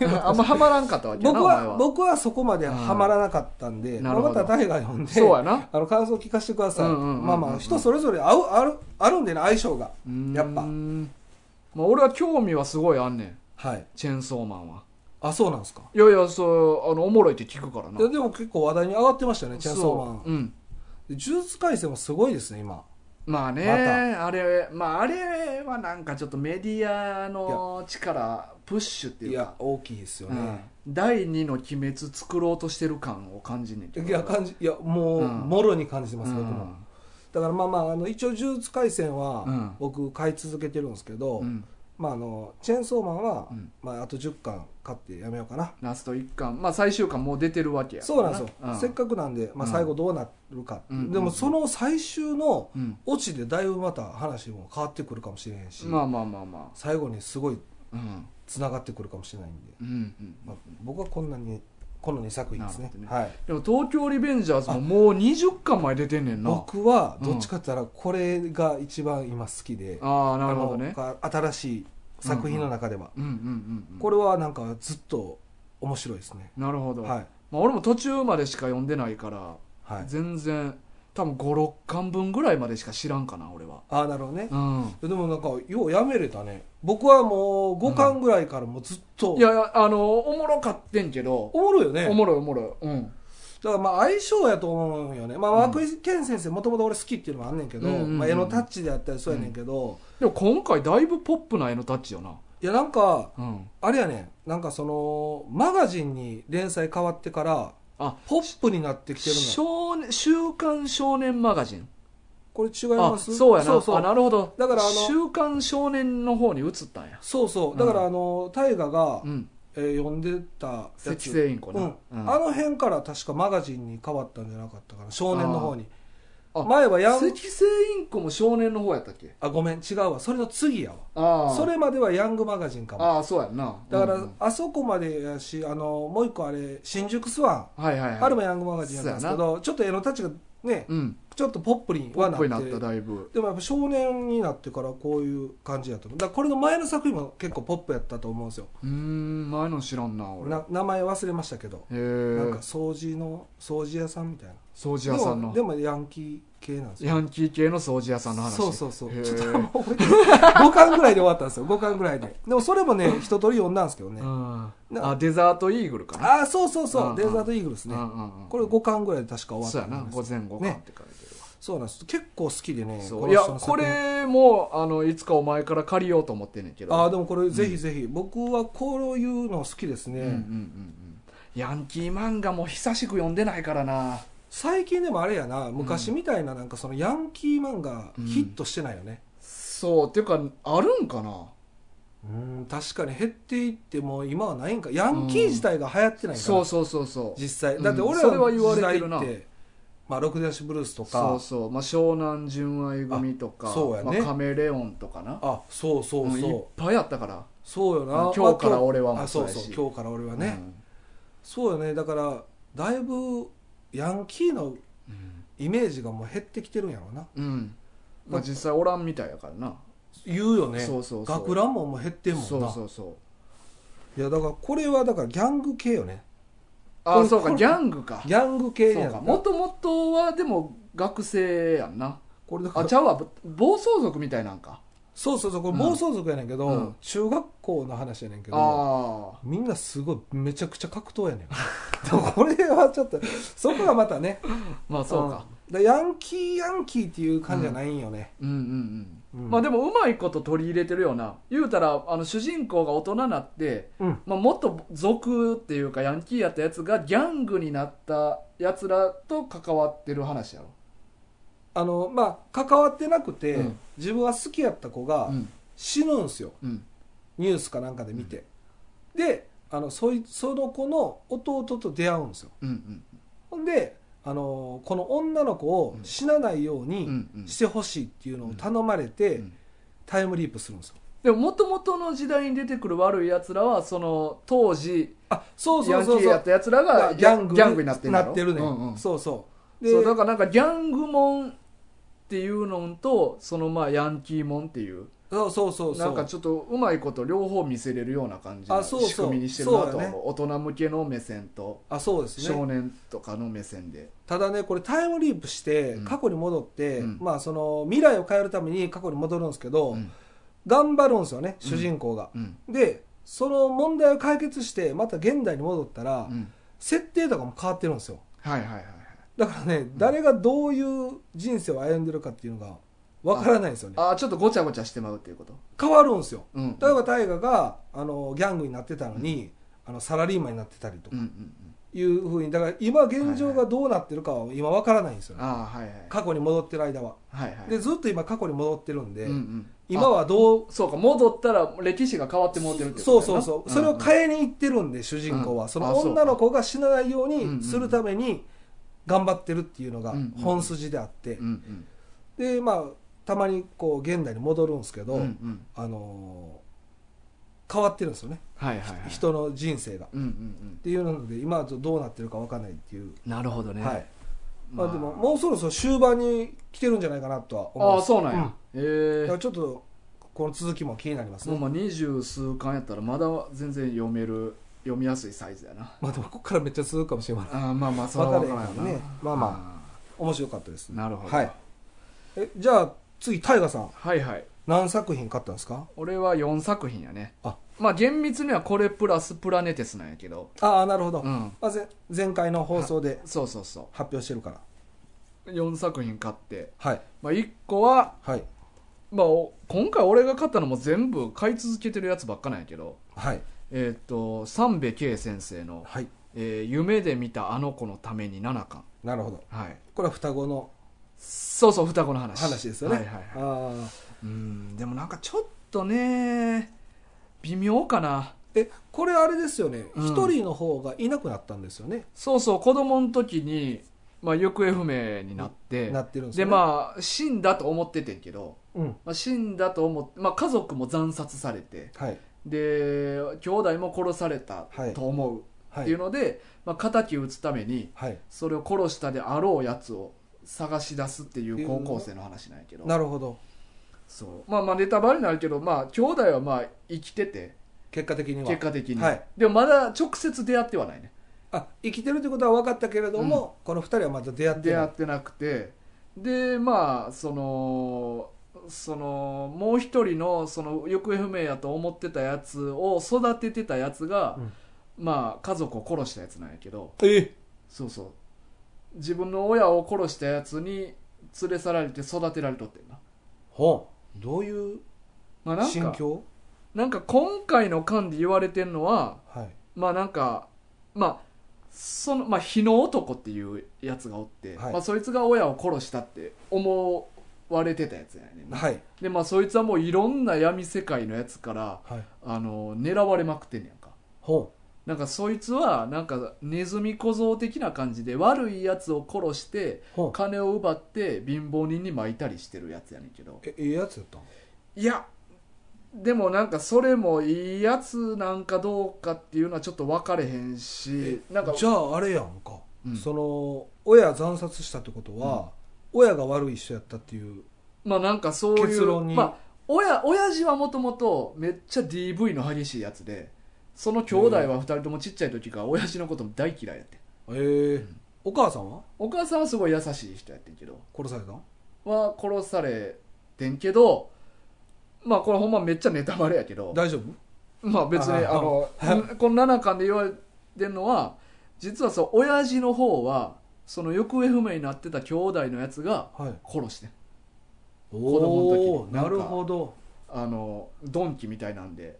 Speaker 1: やなあんまハマらんかったわけやな
Speaker 2: 僕
Speaker 1: お前
Speaker 2: は
Speaker 1: は
Speaker 2: 僕はそこまでハマらなかったんで、
Speaker 1: うんな
Speaker 2: ま
Speaker 1: る
Speaker 2: あ
Speaker 1: ほ
Speaker 2: ま
Speaker 1: ど
Speaker 2: た大河読んで
Speaker 1: そうやな
Speaker 2: あの感想聞かせてください、
Speaker 1: うんうんうんうん
Speaker 2: まあまあ人それぞれ合うあるあるんでね相性が
Speaker 1: うーん
Speaker 2: やっぱ
Speaker 1: まあ俺は興味はすごいあんねん
Speaker 2: はい
Speaker 1: チェーンソーマンは
Speaker 2: あそうなんですか
Speaker 1: いやいやそうあのおもろいって聞くからない
Speaker 2: やでも結構話題に上がってましたよねチェーンソーマン
Speaker 1: そううん
Speaker 2: で呪術廻戦もすごいですね今
Speaker 1: まあね、
Speaker 2: ま
Speaker 1: あれ、まああれはなんかちょっとメディアの力、プッシュって
Speaker 2: い
Speaker 1: いうか
Speaker 2: や大きいですよね、
Speaker 1: うん第2の鬼滅作ろうとしてる感を感じんねんけど
Speaker 2: いや感じいやもう、
Speaker 1: うん
Speaker 2: もろに感じてます、
Speaker 1: う
Speaker 2: 僕も
Speaker 1: ん
Speaker 2: だからまあまああの一応呪術廻戦は
Speaker 1: うん
Speaker 2: 僕買い続けてるんですけど、
Speaker 1: うん
Speaker 2: まああのチェーンソーマンは、
Speaker 1: うん
Speaker 2: まあ、あと10巻買ってやめようかな
Speaker 1: ラスト1巻まあ最終巻もう出てるわけや
Speaker 2: そうなんですよ、せっ
Speaker 1: よ
Speaker 2: かくなんで、まあ、
Speaker 1: うん
Speaker 2: 最後どうなるか、
Speaker 1: うん
Speaker 2: で
Speaker 1: うん
Speaker 2: もその最終の
Speaker 1: うん
Speaker 2: オチでだいぶまた話も変わってくるかもしれへんし、
Speaker 1: まあまあまあま
Speaker 2: 最後にすごい
Speaker 1: あうん
Speaker 2: 繋がってくるかもしれないんで、
Speaker 1: うんうん
Speaker 2: まあ、僕はこんなにこの2作品ですね
Speaker 1: なるほ
Speaker 2: はい、
Speaker 1: でも東京リベンジャーズももう20巻前出てんねんな
Speaker 2: 僕はどっちかって言ったらこれが一番今好きで、
Speaker 1: ああ
Speaker 2: あ
Speaker 1: なるほどね
Speaker 2: の新しい作品の中では、
Speaker 1: うんうんうんうん
Speaker 2: これはなんかずっと面白いですね、
Speaker 1: なるほど
Speaker 2: は
Speaker 1: ま
Speaker 2: い
Speaker 1: あ俺も途中までしか読んでないから
Speaker 2: はい
Speaker 1: 全然多分56巻分ぐらいまでしか知らんかな俺は
Speaker 2: ああなるほどね
Speaker 1: うん
Speaker 2: でもなんかようやめれたね僕はもう5巻ぐらいからもうずっと、
Speaker 1: いやいやあのおもろかってんけど
Speaker 2: おもろいよね
Speaker 1: おもろいおもろいうん
Speaker 2: だからまあ相性やと思うんよねまあ
Speaker 1: うん
Speaker 2: 涌井健先生もともと俺好きっていうのもあんねんけど、
Speaker 1: うんうんうん
Speaker 2: まあ、絵のタッチであったりそうやねんけど、
Speaker 1: でも今回だいぶポップな絵のタッチよな。
Speaker 2: いやなんか
Speaker 1: うん。
Speaker 2: あれやねんなんかそのマガジンに連載変わってから
Speaker 1: あ、
Speaker 2: ポップになってきてるのよ
Speaker 1: 少年、週刊少年マガジン。
Speaker 2: これ違い
Speaker 1: あ、
Speaker 2: ます
Speaker 1: そうやな。
Speaker 2: そうそ
Speaker 1: あ、
Speaker 2: う
Speaker 1: なるほど。
Speaker 2: だからあの
Speaker 1: 週刊少年の方に移ったんや。
Speaker 2: そうそうだからあの大河が、
Speaker 1: うん。
Speaker 2: えー読んでたや
Speaker 1: 赤
Speaker 2: つ
Speaker 1: 星インコ
Speaker 2: う
Speaker 1: な。
Speaker 2: んあの辺から確かマガジンに変わったんじゃなかったかな少年の方に
Speaker 1: あーあ
Speaker 2: 前はヤン
Speaker 1: 赤星インコも少年の方やったっけ
Speaker 2: あごめん違うわそれの次やわ
Speaker 1: ああ。
Speaker 2: それまではヤングマガジンかも
Speaker 1: ああ、そうやんな。
Speaker 2: だから、
Speaker 1: うんうん
Speaker 2: あそこまでやしあのもう一個あれ新宿スワ
Speaker 1: はいはいは
Speaker 2: ン、
Speaker 1: い。
Speaker 2: あれもヤングマガジンやったんですけどちょっと絵のタッチがね
Speaker 1: うん。
Speaker 2: ちょっとポップに
Speaker 1: ポ
Speaker 2: は
Speaker 1: ッ
Speaker 2: な
Speaker 1: プに
Speaker 2: っ
Speaker 1: なってた、だいぶ。
Speaker 2: でもやっぱ少年になってからこういう感じやと思うだからこれの前の作品も結構ポップやったと思うんですよ
Speaker 1: うーん、前の知らんな、俺。へ
Speaker 2: な名前忘れましたけど
Speaker 1: え。
Speaker 2: なんか掃除の掃除屋さんみたいな
Speaker 1: 掃除屋さんの
Speaker 2: で。もでもヤンキー系なんですよ
Speaker 1: ヤンキー系の掃除屋さんの話。
Speaker 2: そうそうそう
Speaker 1: へえ
Speaker 2: ちょっとあんま覚えてない5巻ぐらいで終わったんですよ5巻ぐらいででもそれもね一通り読んだんですけどね、
Speaker 1: うん。
Speaker 2: な
Speaker 1: あ、デザートイーグルかな。
Speaker 2: ああそうそうそう、
Speaker 1: うんうん
Speaker 2: デザートイーグルスね、
Speaker 1: うんうんうん
Speaker 2: これ5巻ぐらいで確か終わった
Speaker 1: そう
Speaker 2: と
Speaker 1: や
Speaker 2: 思
Speaker 1: ない
Speaker 2: ます
Speaker 1: 午前後かって書いてるわ、
Speaker 2: そうなんです結構好きでね
Speaker 1: そ
Speaker 2: こ
Speaker 1: う
Speaker 2: の
Speaker 1: いや
Speaker 2: 人の
Speaker 1: こ
Speaker 2: 作品
Speaker 1: れもあのいつかお前から借りようと思ってんねんけど
Speaker 2: ああでもこれぜひぜひ、僕はこういうの好きですね、
Speaker 1: うんうんうんうんヤンキー漫画も久しく読んでないからな
Speaker 2: 最近でもあれやな昔みたいななんかそのヤンキー漫画
Speaker 1: うん
Speaker 2: ヒットしてないよね
Speaker 1: そうっていうかあるんかな
Speaker 2: うん確かに減っていってもう今はないんかヤンキー自体が流行ってないから、
Speaker 1: そうそうそうそう
Speaker 2: 実際
Speaker 1: うん
Speaker 2: だって俺
Speaker 1: それ
Speaker 2: ら
Speaker 1: は
Speaker 2: の
Speaker 1: 言わ
Speaker 2: 時
Speaker 1: れて
Speaker 2: 代って、
Speaker 1: るな
Speaker 2: まあ、ロクデナシブルースとか
Speaker 1: そうそう、まあ、湘南純愛組とか
Speaker 2: あそうやね
Speaker 1: まあ、カメレオンとかな
Speaker 2: あそうそうそう、
Speaker 1: んいっぱいあったから
Speaker 2: そうよな
Speaker 1: 今日から俺はも
Speaker 2: あ
Speaker 1: そ
Speaker 2: そうう
Speaker 1: やし
Speaker 2: そう今日から俺はね、そうよねだからだいぶヤンキーの
Speaker 1: うん、
Speaker 2: イメージがもう減ってきてるんやろうな
Speaker 1: うんまあ、実際おらんみたいやからな、
Speaker 2: 言うよね
Speaker 1: そうそうそう
Speaker 2: 学ランももう減ってんもんな
Speaker 1: そうそうそう
Speaker 2: いやだからこれはだからギャング系よね
Speaker 1: あ
Speaker 2: こ
Speaker 1: あ
Speaker 2: れ
Speaker 1: そう
Speaker 2: こ
Speaker 1: か
Speaker 2: れ
Speaker 1: ギャングか
Speaker 2: ギャング系
Speaker 1: そ
Speaker 2: や
Speaker 1: うんか
Speaker 2: な
Speaker 1: もともとはでも学生やんな
Speaker 2: これだか
Speaker 1: あ
Speaker 2: ら
Speaker 1: ちゃうわ暴走族みたいなんか
Speaker 2: そうそうそうこれ
Speaker 1: うん
Speaker 2: 暴走族やねんけど、
Speaker 1: うん
Speaker 2: 中学校の話やねんけど
Speaker 1: あ
Speaker 2: みんなすごいめちゃくちゃ格闘やねん でもこれはちょっとそこがまたね
Speaker 1: あまあそうか
Speaker 2: んだヤンキーヤンキーっていう感じじゃないんよね、
Speaker 1: うんうんうん、
Speaker 2: うん
Speaker 1: まあでもうまいこと取り入れてるような言うたらあの主人公が大人になって、
Speaker 2: うん
Speaker 1: まあ、元族っていうかヤンキーやったやつがギャングになったやつらと関わってる話やろ、
Speaker 2: あのまあ関わってなくて、
Speaker 1: うん
Speaker 2: 自分は好きやった子が
Speaker 1: うん
Speaker 2: 死ぬんすよ、
Speaker 1: うん、
Speaker 2: ニュースかなんかで見て、であのそいその子の弟と出会うんですよ
Speaker 1: うんうん
Speaker 2: ほんであのこの女の子を死なないよう
Speaker 1: うんう
Speaker 2: に
Speaker 1: ん
Speaker 2: してほしいっていうのを頼まれて、
Speaker 1: うん
Speaker 2: タイムリープするんですよ
Speaker 1: でも元々の時代に出てくる悪いやつらはその当時
Speaker 2: あそうそ
Speaker 1: ヤ
Speaker 2: う
Speaker 1: ンキ
Speaker 2: そう
Speaker 1: ー
Speaker 2: そ
Speaker 1: やっ
Speaker 2: う
Speaker 1: たやつら
Speaker 2: まあ
Speaker 1: が
Speaker 2: ギャング
Speaker 1: ギャングになってるんだろ
Speaker 2: ね、
Speaker 1: うんうん
Speaker 2: そうそうで
Speaker 1: そうだからなんかギャングモンっていうのとそのまあヤンキーモンっていう
Speaker 2: そうそうそうそう
Speaker 1: なんかちょっとうまいこと両方見せれるような感じ
Speaker 2: あ
Speaker 1: の
Speaker 2: そうそう
Speaker 1: 仕組みにしてるな
Speaker 2: そ
Speaker 1: と、
Speaker 2: うだね
Speaker 1: 大人向けの目線と
Speaker 2: あそうですね
Speaker 1: 少年とかの目線で、
Speaker 2: ただねこれタイムリープして
Speaker 1: うん
Speaker 2: 過去に戻って、
Speaker 1: うん
Speaker 2: まあその未来を変えるために過去に戻るんですけど、
Speaker 1: うん
Speaker 2: 頑張るんですよね主人公が、
Speaker 1: うん
Speaker 2: でその問題を解決してまた現代に戻ったら、
Speaker 1: うん
Speaker 2: 設定とかも変わってるんですよ
Speaker 1: はいはいはいはい
Speaker 2: だからね、誰がどういう人生を歩んでるかっていうのがわからないんですよね
Speaker 1: ああちょっとごちゃごちゃしてまうっていうこと、
Speaker 2: 変わるんですよ
Speaker 1: うん、うん
Speaker 2: 例えば大河があのギャングになってたのに、あのサラリーマンになってたりと
Speaker 1: うん
Speaker 2: か
Speaker 1: うんうん
Speaker 2: いうふうにだから今現状がどうなってるかは今わからないんですよね、
Speaker 1: ああはいはい
Speaker 2: 過去に戻ってる間は
Speaker 1: はいはい
Speaker 2: でずっと今過去に戻ってるんで、
Speaker 1: うんうん
Speaker 2: 今
Speaker 1: あ
Speaker 2: はどう
Speaker 1: そうか戻ったら歴史が変わってもうてるってこ
Speaker 2: そう
Speaker 1: とや
Speaker 2: そう
Speaker 1: な
Speaker 2: そ
Speaker 1: ん
Speaker 2: う、それを変えに行ってるんで主人公は、
Speaker 1: うん
Speaker 2: そ
Speaker 1: あ
Speaker 2: の
Speaker 1: そうか
Speaker 2: 女の子が死なないよう
Speaker 1: うんうん
Speaker 2: にするために頑張ってるっていうのが
Speaker 1: うんうん
Speaker 2: 本筋であって、
Speaker 1: うんうん
Speaker 2: でまあたまにこう現代に戻るんですけど、
Speaker 1: うんうん
Speaker 2: あのー変わってるんですよね
Speaker 1: はいはいはい
Speaker 2: 人の人生が。っ
Speaker 1: うんうんうん
Speaker 2: ていうので今はどうなってるかわかんないっていう、
Speaker 1: なるほどね、
Speaker 2: はいま
Speaker 1: ま
Speaker 2: あ、でももうそろそろ終盤に来てるんじゃないかなとは思
Speaker 1: あ
Speaker 2: う
Speaker 1: あそうなんや、
Speaker 2: うん
Speaker 1: え
Speaker 2: だ
Speaker 1: え
Speaker 2: からちょっとこの続きも気になります
Speaker 1: もう
Speaker 2: ね、
Speaker 1: まあ二十数巻やったらまだ全然読める読みやすいサイズやな
Speaker 2: まあでもここからめっちゃ続くかもしれない
Speaker 1: ああまあまあそれは
Speaker 2: 分か
Speaker 1: 分
Speaker 2: れ
Speaker 1: か
Speaker 2: へん
Speaker 1: らん
Speaker 2: か
Speaker 1: よ
Speaker 2: ら
Speaker 1: な、
Speaker 2: ねまあま
Speaker 1: あ
Speaker 2: あ面白かったですね
Speaker 1: なるほど、
Speaker 2: はい、えじゃあ次タイガさん
Speaker 1: はいはい
Speaker 2: 何作品買ったんですか
Speaker 1: 俺は4作品やね
Speaker 2: あ
Speaker 1: まあ厳密にはこれプラスプラネテスなんやけど
Speaker 2: ああなるほど、
Speaker 1: うん
Speaker 2: まあ、ぜ前回の放送で
Speaker 1: そうそうそ
Speaker 2: 発表してるから
Speaker 1: う4作品買って、
Speaker 2: はい
Speaker 1: まあ、1個は、
Speaker 2: はい
Speaker 1: まあ、お今回俺が買ったのも全部買い続けてるやつばっかなんやけど
Speaker 2: はい
Speaker 1: えーっと三部圭先生の
Speaker 2: はい
Speaker 1: 「えー夢で見たあの子のために7巻
Speaker 2: なるほど」
Speaker 1: はい
Speaker 2: これは双子の
Speaker 1: そうそう双子の話
Speaker 2: 話ですよね、
Speaker 1: はいはいはい
Speaker 2: あー
Speaker 1: うんでもなんかちょっとね微妙かな
Speaker 2: えこれあれですよね
Speaker 1: うん
Speaker 2: 一、人の方がいなくなったんですよね
Speaker 1: そうそう子供の時に、まあ、行方不明になって
Speaker 2: なってるんです
Speaker 1: で
Speaker 2: よ、ね、
Speaker 1: まあ死んだと思っててんけど、
Speaker 2: うん
Speaker 1: まあ、死んだと思って、まあ、家族も惨殺されて
Speaker 2: はい
Speaker 1: で兄弟も殺された
Speaker 2: はい
Speaker 1: と思う
Speaker 2: は
Speaker 1: っていう
Speaker 2: い
Speaker 1: ので、まあ、敵討つために
Speaker 2: はい
Speaker 1: それを殺したであろうやつを探し出すっていう高校生の話なんやけど
Speaker 2: なるほど
Speaker 1: そうまあまあネタバレになるけどまあ兄弟はまあ生きてて
Speaker 2: 結果的には
Speaker 1: 結果的に、
Speaker 2: はい
Speaker 1: でもまだ直接出会ってはないね
Speaker 2: あ生きてるってことは分かったけれども、この二人はまだ出会って
Speaker 1: 出
Speaker 2: な
Speaker 1: 会
Speaker 2: い
Speaker 1: ってなくてでまあそのそのもう一人のその行方不明やと思ってたやつを育ててたやつが、
Speaker 2: うん
Speaker 1: まあ家族を殺したやつなんやけど
Speaker 2: え
Speaker 1: そうそう自分の親を殺したやつに連れ去られて育てられとってんな,、
Speaker 2: ほうどういう
Speaker 1: まあ、なん
Speaker 2: 心
Speaker 1: か
Speaker 2: 境
Speaker 1: なんか今回の巻で言われてんのは
Speaker 2: はい
Speaker 1: まあなんかまあそのまあ日の男っていうやつがおって、
Speaker 2: はい
Speaker 1: まあ、そいつが親を殺したって思われてたやつやねんな
Speaker 2: はい
Speaker 1: でまあそいつはもういろんな闇世界のやつから
Speaker 2: はい
Speaker 1: あの狙われまくってんねやんか
Speaker 2: ほ
Speaker 1: なんかそいつはなんかネズミ小僧的な感じで悪いやつを殺して
Speaker 2: うほう
Speaker 1: 金を奪って貧乏人に巻いたりしてるやつやねんけど
Speaker 2: えええやつやったん
Speaker 1: いやでもなんかそれもいいやつなんかどうかっていうのはちょっと分かれへんしなんか
Speaker 2: じゃああれやんか、
Speaker 1: うん
Speaker 2: その親惨殺したってことは、親が悪い人やったっていう
Speaker 1: まあなんかそういう
Speaker 2: 結論に
Speaker 1: まあ、親親父はもともとめっちゃ DV の激しいやつでその兄弟は2人ともちっちゃい時から親父のことも大嫌いやって
Speaker 2: ええお母さんは
Speaker 1: お母さんはすごい優しい人やってんけど
Speaker 2: 殺されたん
Speaker 1: は殺されてんけどまあこれほんまめっちゃネタバレやけど
Speaker 2: 大丈夫
Speaker 1: まあ別にあ
Speaker 2: あ
Speaker 1: のんこの7巻で言われてるのは実はそう親父の方はその行方不明になってた兄弟のやつが
Speaker 2: はい
Speaker 1: 殺してん
Speaker 2: 子
Speaker 1: 供の時
Speaker 2: おーなるほど
Speaker 1: あのドンキみたいなんで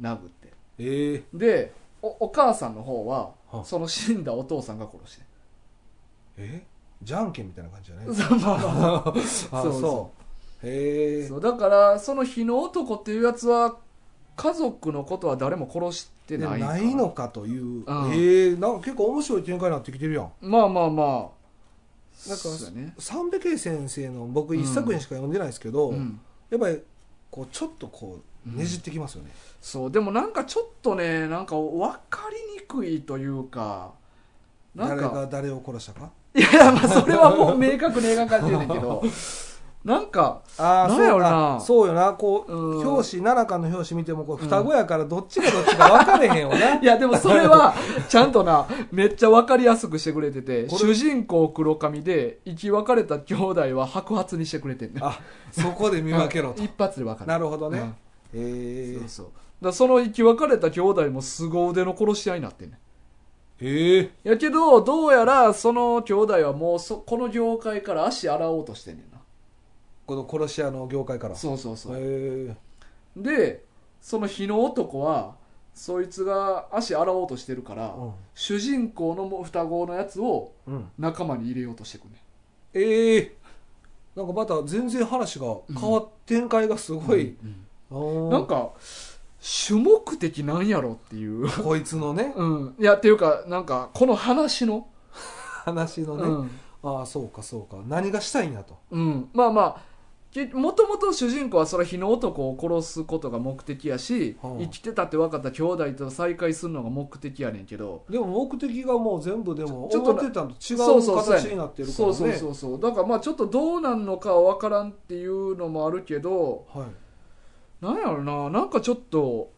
Speaker 1: 殴って
Speaker 2: ええ
Speaker 1: でおお母さんの方は
Speaker 2: は
Speaker 1: その死んだお父さんが殺してん
Speaker 2: えじゃんけんみたいな感じじゃない
Speaker 1: そう まあまあ
Speaker 2: あ
Speaker 1: そうそ
Speaker 2: そうへえ
Speaker 1: そうだからその日の男っていうやつは家族のことは誰も殺して
Speaker 2: で
Speaker 1: ないか
Speaker 2: ないのかという
Speaker 1: うん
Speaker 2: ええなんか結構面白い展開になってきてるやん
Speaker 1: まあまあまあ
Speaker 2: なんか
Speaker 1: そうだね
Speaker 2: 三部圭先生の僕
Speaker 1: うん
Speaker 2: 一作品しか読んでないですけど、
Speaker 1: うん
Speaker 2: やっぱりこうちょっとこ
Speaker 1: うん
Speaker 2: うねじってきますよね、
Speaker 1: そうでもなんかちょっとねなんか分かりにくいというかなん
Speaker 2: 誰
Speaker 1: か
Speaker 2: が誰を殺したか
Speaker 1: いやいやまあそれはもう明確に描かれてるんだけ どなんか
Speaker 2: ああ
Speaker 1: なん
Speaker 2: そう
Speaker 1: やろ
Speaker 2: よ
Speaker 1: うな
Speaker 2: なそうよなこう、
Speaker 1: うん
Speaker 2: 表紙7巻の表紙見てもこう双子やからどっちがどっちか分かれへんよ ね、
Speaker 1: いやでもそれはちゃんとなめっちゃ分かりやすくしてくれてて
Speaker 2: こ
Speaker 1: 主
Speaker 2: れ
Speaker 1: 人公黒髪で生き別れた兄弟は白髪にしてくれてんね
Speaker 2: あそこで見分けろと
Speaker 1: 一発で分かる
Speaker 2: なるほどね、
Speaker 1: うん
Speaker 2: ええ
Speaker 1: そうそうだからその生き別れた兄弟も凄腕の殺し合いになってんね
Speaker 2: ええ
Speaker 1: んやけどどうやらその兄弟はもうそこの業界から足洗おうとしてんねんな
Speaker 2: この殺し屋の業界から
Speaker 1: そうそうそう、
Speaker 2: え
Speaker 1: でその日の男はそいつが足洗おうとしてるから、
Speaker 2: うん
Speaker 1: 主人公のも双子のやつを
Speaker 2: えうん、
Speaker 1: 仲間に入れようとしてくんね
Speaker 2: ええなんかまた全然話が変わっ、展開がすごい、
Speaker 1: ん、
Speaker 2: あー
Speaker 1: なんか主目的なんやろっていう、
Speaker 2: こいつのね
Speaker 1: うん、いやっていうかなんかこの話の、
Speaker 2: 話のね、
Speaker 1: うん、
Speaker 2: ああそうかそうか何がしたいんやと
Speaker 1: うん、まあまあもともと主人公はそれは日の男を殺すことが目的やし、
Speaker 2: はあ
Speaker 1: 生きてたって分かった兄弟と再会するのが目的やねんけど
Speaker 2: でも目的がもう全部でも
Speaker 1: ちょちょっ
Speaker 2: 思
Speaker 1: と
Speaker 2: ってたのと違
Speaker 1: そう
Speaker 2: う
Speaker 1: そうそうやね
Speaker 2: 形になってるから
Speaker 1: そ
Speaker 2: ね
Speaker 1: うそうそうそうだからまあちょっとどうなんのかは分からんっていうのもあるけど
Speaker 2: はい
Speaker 1: なんやろななんかちょっと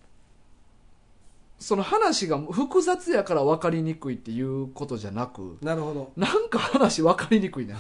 Speaker 1: その話が複雑やから分かりにくいっていうことじゃなく
Speaker 2: なるほど
Speaker 1: なんか話分かりにくいな、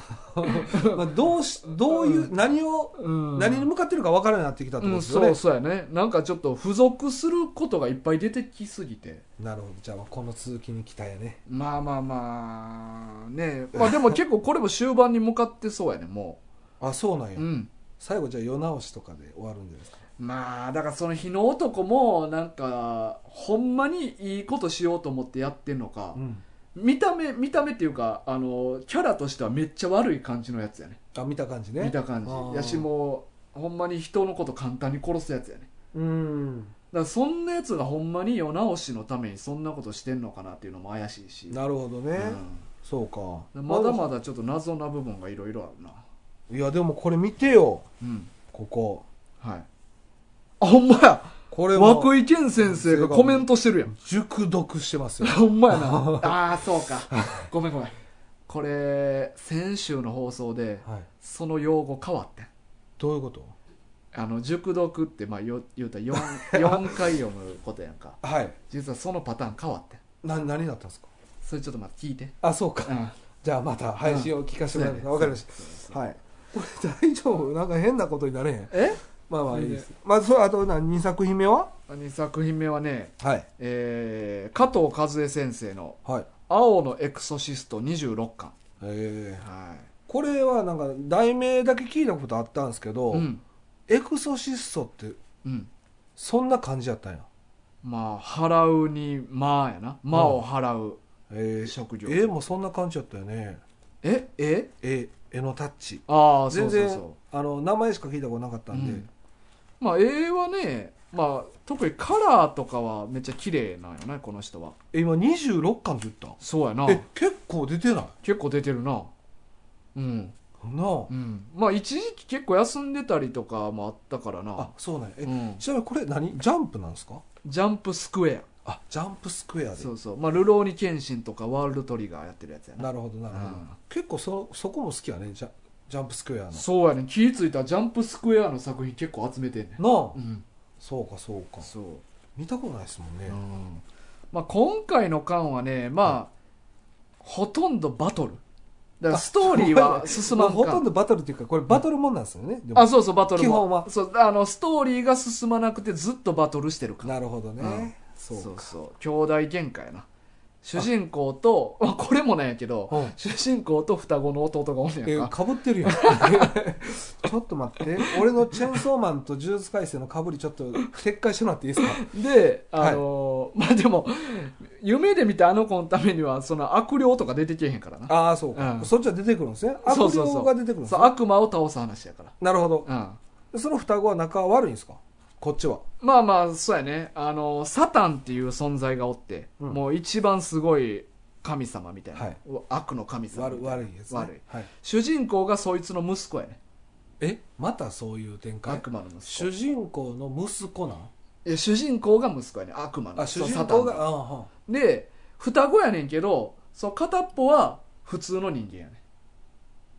Speaker 2: まあどうしどういう何を
Speaker 1: うん、
Speaker 2: 何に向かってるか分からなくなってきたってこ
Speaker 1: う
Speaker 2: と
Speaker 1: ん、
Speaker 2: ですよ
Speaker 1: そう
Speaker 2: ね
Speaker 1: そうやねなんかちょっと付属することがいっぱい出てきすぎて
Speaker 2: なるほどじゃあこの続きに期待やね
Speaker 1: まあまあまあねまあでも結構これも終盤に向かってそうやねも
Speaker 2: あそうなん
Speaker 1: う
Speaker 2: や、
Speaker 1: うん
Speaker 2: 最後じゃあ世直しとかで終わるんじゃないですか
Speaker 1: まあだからその日の男もなんかほんまにいいことしようと思ってやってんのか、
Speaker 2: うん
Speaker 1: 見た目見た目っていうかあのキャラとしてはめっちゃ悪い感じのやつやね
Speaker 2: あ見た感じね
Speaker 1: 見た感
Speaker 2: あー
Speaker 1: じやしもうほんまに人のこと簡単に殺すやつやね
Speaker 2: うん
Speaker 1: だからそんなやつがほんまに世直しのためにそんなことしてんのかなっていうのも怪しいし
Speaker 2: なるほどね、
Speaker 1: う
Speaker 2: そうか
Speaker 1: ん、まだまだちょっと謎な部分がいろいろあるな、
Speaker 2: いやでもこれ見てよ
Speaker 1: うん、
Speaker 2: ここ
Speaker 1: はいあほんまや
Speaker 2: これも
Speaker 1: 涌井健先生がコメントしてるやん
Speaker 2: 熟読してますよ
Speaker 1: ほんまや なああそうかごめんごめんこれ先週の放送で
Speaker 2: はい
Speaker 1: その用語変わってん
Speaker 2: どういうこと
Speaker 1: あの熟読ってまあよ言うたら 4, 四回読むことやんか
Speaker 2: はい
Speaker 1: 実はそのパターン変わってん
Speaker 2: な何だったんですか
Speaker 1: それちょっとまって聞いて、
Speaker 2: あそうか、
Speaker 1: うん、
Speaker 2: じゃあまた配信を聞かせてもらいます、
Speaker 1: うん
Speaker 2: わかりましたはいこれ大丈夫なんか変なことになれへん
Speaker 1: え
Speaker 2: まあまあいいですまあそれあと2作品目は
Speaker 1: 2作品目はね、
Speaker 2: はい
Speaker 1: えー加藤和恵先生の
Speaker 2: はい
Speaker 1: 「青のエクソシスト26巻
Speaker 2: え」ー
Speaker 1: は
Speaker 2: これはなんか題名だけ聞いたことあったんですけ
Speaker 1: い
Speaker 2: ど、
Speaker 1: うん
Speaker 2: エクソシストって
Speaker 1: うん
Speaker 2: そんな感じやったんや
Speaker 1: まあ払うに「まあ」やな「まあ」を払う
Speaker 2: えー、
Speaker 1: 職業
Speaker 2: 絵もそんな感じやったよね
Speaker 1: ええ
Speaker 2: 絵絵のタッチ
Speaker 1: ああそ
Speaker 2: 全
Speaker 1: うそ
Speaker 2: 然
Speaker 1: うそ
Speaker 2: あの名前しか聞いたことなかった
Speaker 1: うん
Speaker 2: で、
Speaker 1: んまあ絵はねまあ特にカラーとかはめっちゃ綺麗なんよねこの人は
Speaker 2: え今26巻って言っ
Speaker 1: そうやな
Speaker 2: たえ結構出てないな
Speaker 1: 結構出てるなうん、
Speaker 2: あ
Speaker 1: うん、まあ一時期結構休んでたりとかもあったから
Speaker 2: あ
Speaker 1: な、
Speaker 2: そうなんやえ、
Speaker 1: うん、
Speaker 2: ちなみにこれ何ジャンプなんですか
Speaker 1: ジャンプスクエア
Speaker 2: あジャンプスクエアで
Speaker 1: そうそうまあ「流浪に剣心」とか「ワールドトリガー」やってるやつやな
Speaker 2: なるほどなるほど、
Speaker 1: うん
Speaker 2: 結構そそこも好きやねジャジャンプスクエアの
Speaker 1: そうやね気ぃ付いたらジャンプスクエアの作品結構集めてんね
Speaker 2: なあ、
Speaker 1: うん
Speaker 2: そうかそうか
Speaker 1: そう
Speaker 2: 見たことないですもんね。
Speaker 1: うんまあ、今回の巻はねまあ、ほとんどバトルだからストーリーは進まん
Speaker 2: まあほとん
Speaker 1: か
Speaker 2: どバトルっていうか、これバトルもんなんですよね。でも
Speaker 1: あそうそうバトルも
Speaker 2: 基本は
Speaker 1: そうあのストーリーが進まなくてずっとバトルしてるから
Speaker 2: なるほどね。
Speaker 1: うん
Speaker 2: そ
Speaker 1: そう
Speaker 2: う
Speaker 1: そう
Speaker 2: か。
Speaker 1: 兄弟喧嘩やな主人公とまあこれもなんやけど、
Speaker 2: うん
Speaker 1: 主人公と双子の弟がおんね
Speaker 2: え
Speaker 1: やんか、
Speaker 2: かぶってる やんちょっと待って俺のチェンソーマンと呪術廻戦のかぶりちょっと撤回してもらっていいですか
Speaker 1: であの ーまあでも夢で見たあの子のためにはその悪霊とか出てけへんからな
Speaker 2: ああそうか、
Speaker 1: うん
Speaker 2: そっちは出てくるんですね悪
Speaker 1: そう
Speaker 2: 霊
Speaker 1: そうそう
Speaker 2: が出てくるんです
Speaker 1: そ
Speaker 2: ね
Speaker 1: う悪魔を倒す話やから、
Speaker 2: なるほど
Speaker 1: うん、
Speaker 2: その双子は仲悪いんですかこっちは
Speaker 1: まあまあそうやねあのサタンっていう存在がおって、
Speaker 2: うん
Speaker 1: もう一番すごい神様みたいな、
Speaker 2: はい
Speaker 1: 悪の神様み
Speaker 2: 悪
Speaker 1: たいな
Speaker 2: 悪いやつ、ね、
Speaker 1: 悪い
Speaker 2: はい、
Speaker 1: 主人公がそいつの息子やね
Speaker 2: えまたそういう展開
Speaker 1: 悪魔の息
Speaker 2: 主
Speaker 1: 子
Speaker 2: 人公の息子なん
Speaker 1: え主人公が息子やね悪魔の
Speaker 2: あ主
Speaker 1: そう
Speaker 2: 人
Speaker 1: サタン
Speaker 2: 公がああは
Speaker 1: で双子やねんけどそう片っぽは普通の人間やね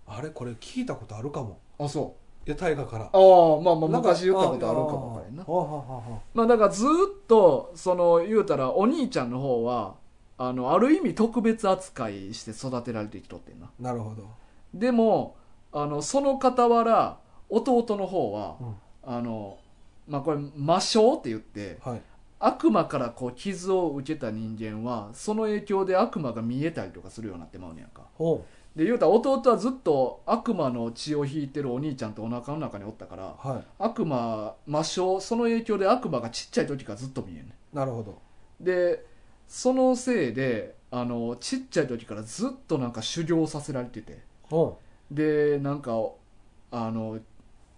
Speaker 2: ああれこれ聞いたことあるかも
Speaker 1: あそ
Speaker 2: いや大河から
Speaker 1: うああまあまあ
Speaker 2: なんか
Speaker 1: 昔言ったことあるかもわからんな
Speaker 2: ああああああああ
Speaker 1: まあだからずーっとその言うたらお兄ちゃんの方はあのある意味特別扱いして育てられてきとってんな
Speaker 2: なるほど
Speaker 1: でもあのその傍ら弟の方は、
Speaker 2: うん
Speaker 1: あのまあこれ魔性って言って
Speaker 2: はい
Speaker 1: 悪魔からこう傷を受けた人間はその影響で悪魔が見えたりとかするようになってまうねやんか
Speaker 2: ほ
Speaker 1: で言うたら弟はずっと悪魔の血を引いてるお兄ちゃんとお腹の中におったから
Speaker 2: うは
Speaker 1: 悪魔魔性その影響で悪魔がちっちゃい時からずっと見えんねん
Speaker 2: いなるほど
Speaker 1: でそのせいであのちっちゃい時からずっとなんか修行させられてて
Speaker 2: ほ
Speaker 1: でなんかあの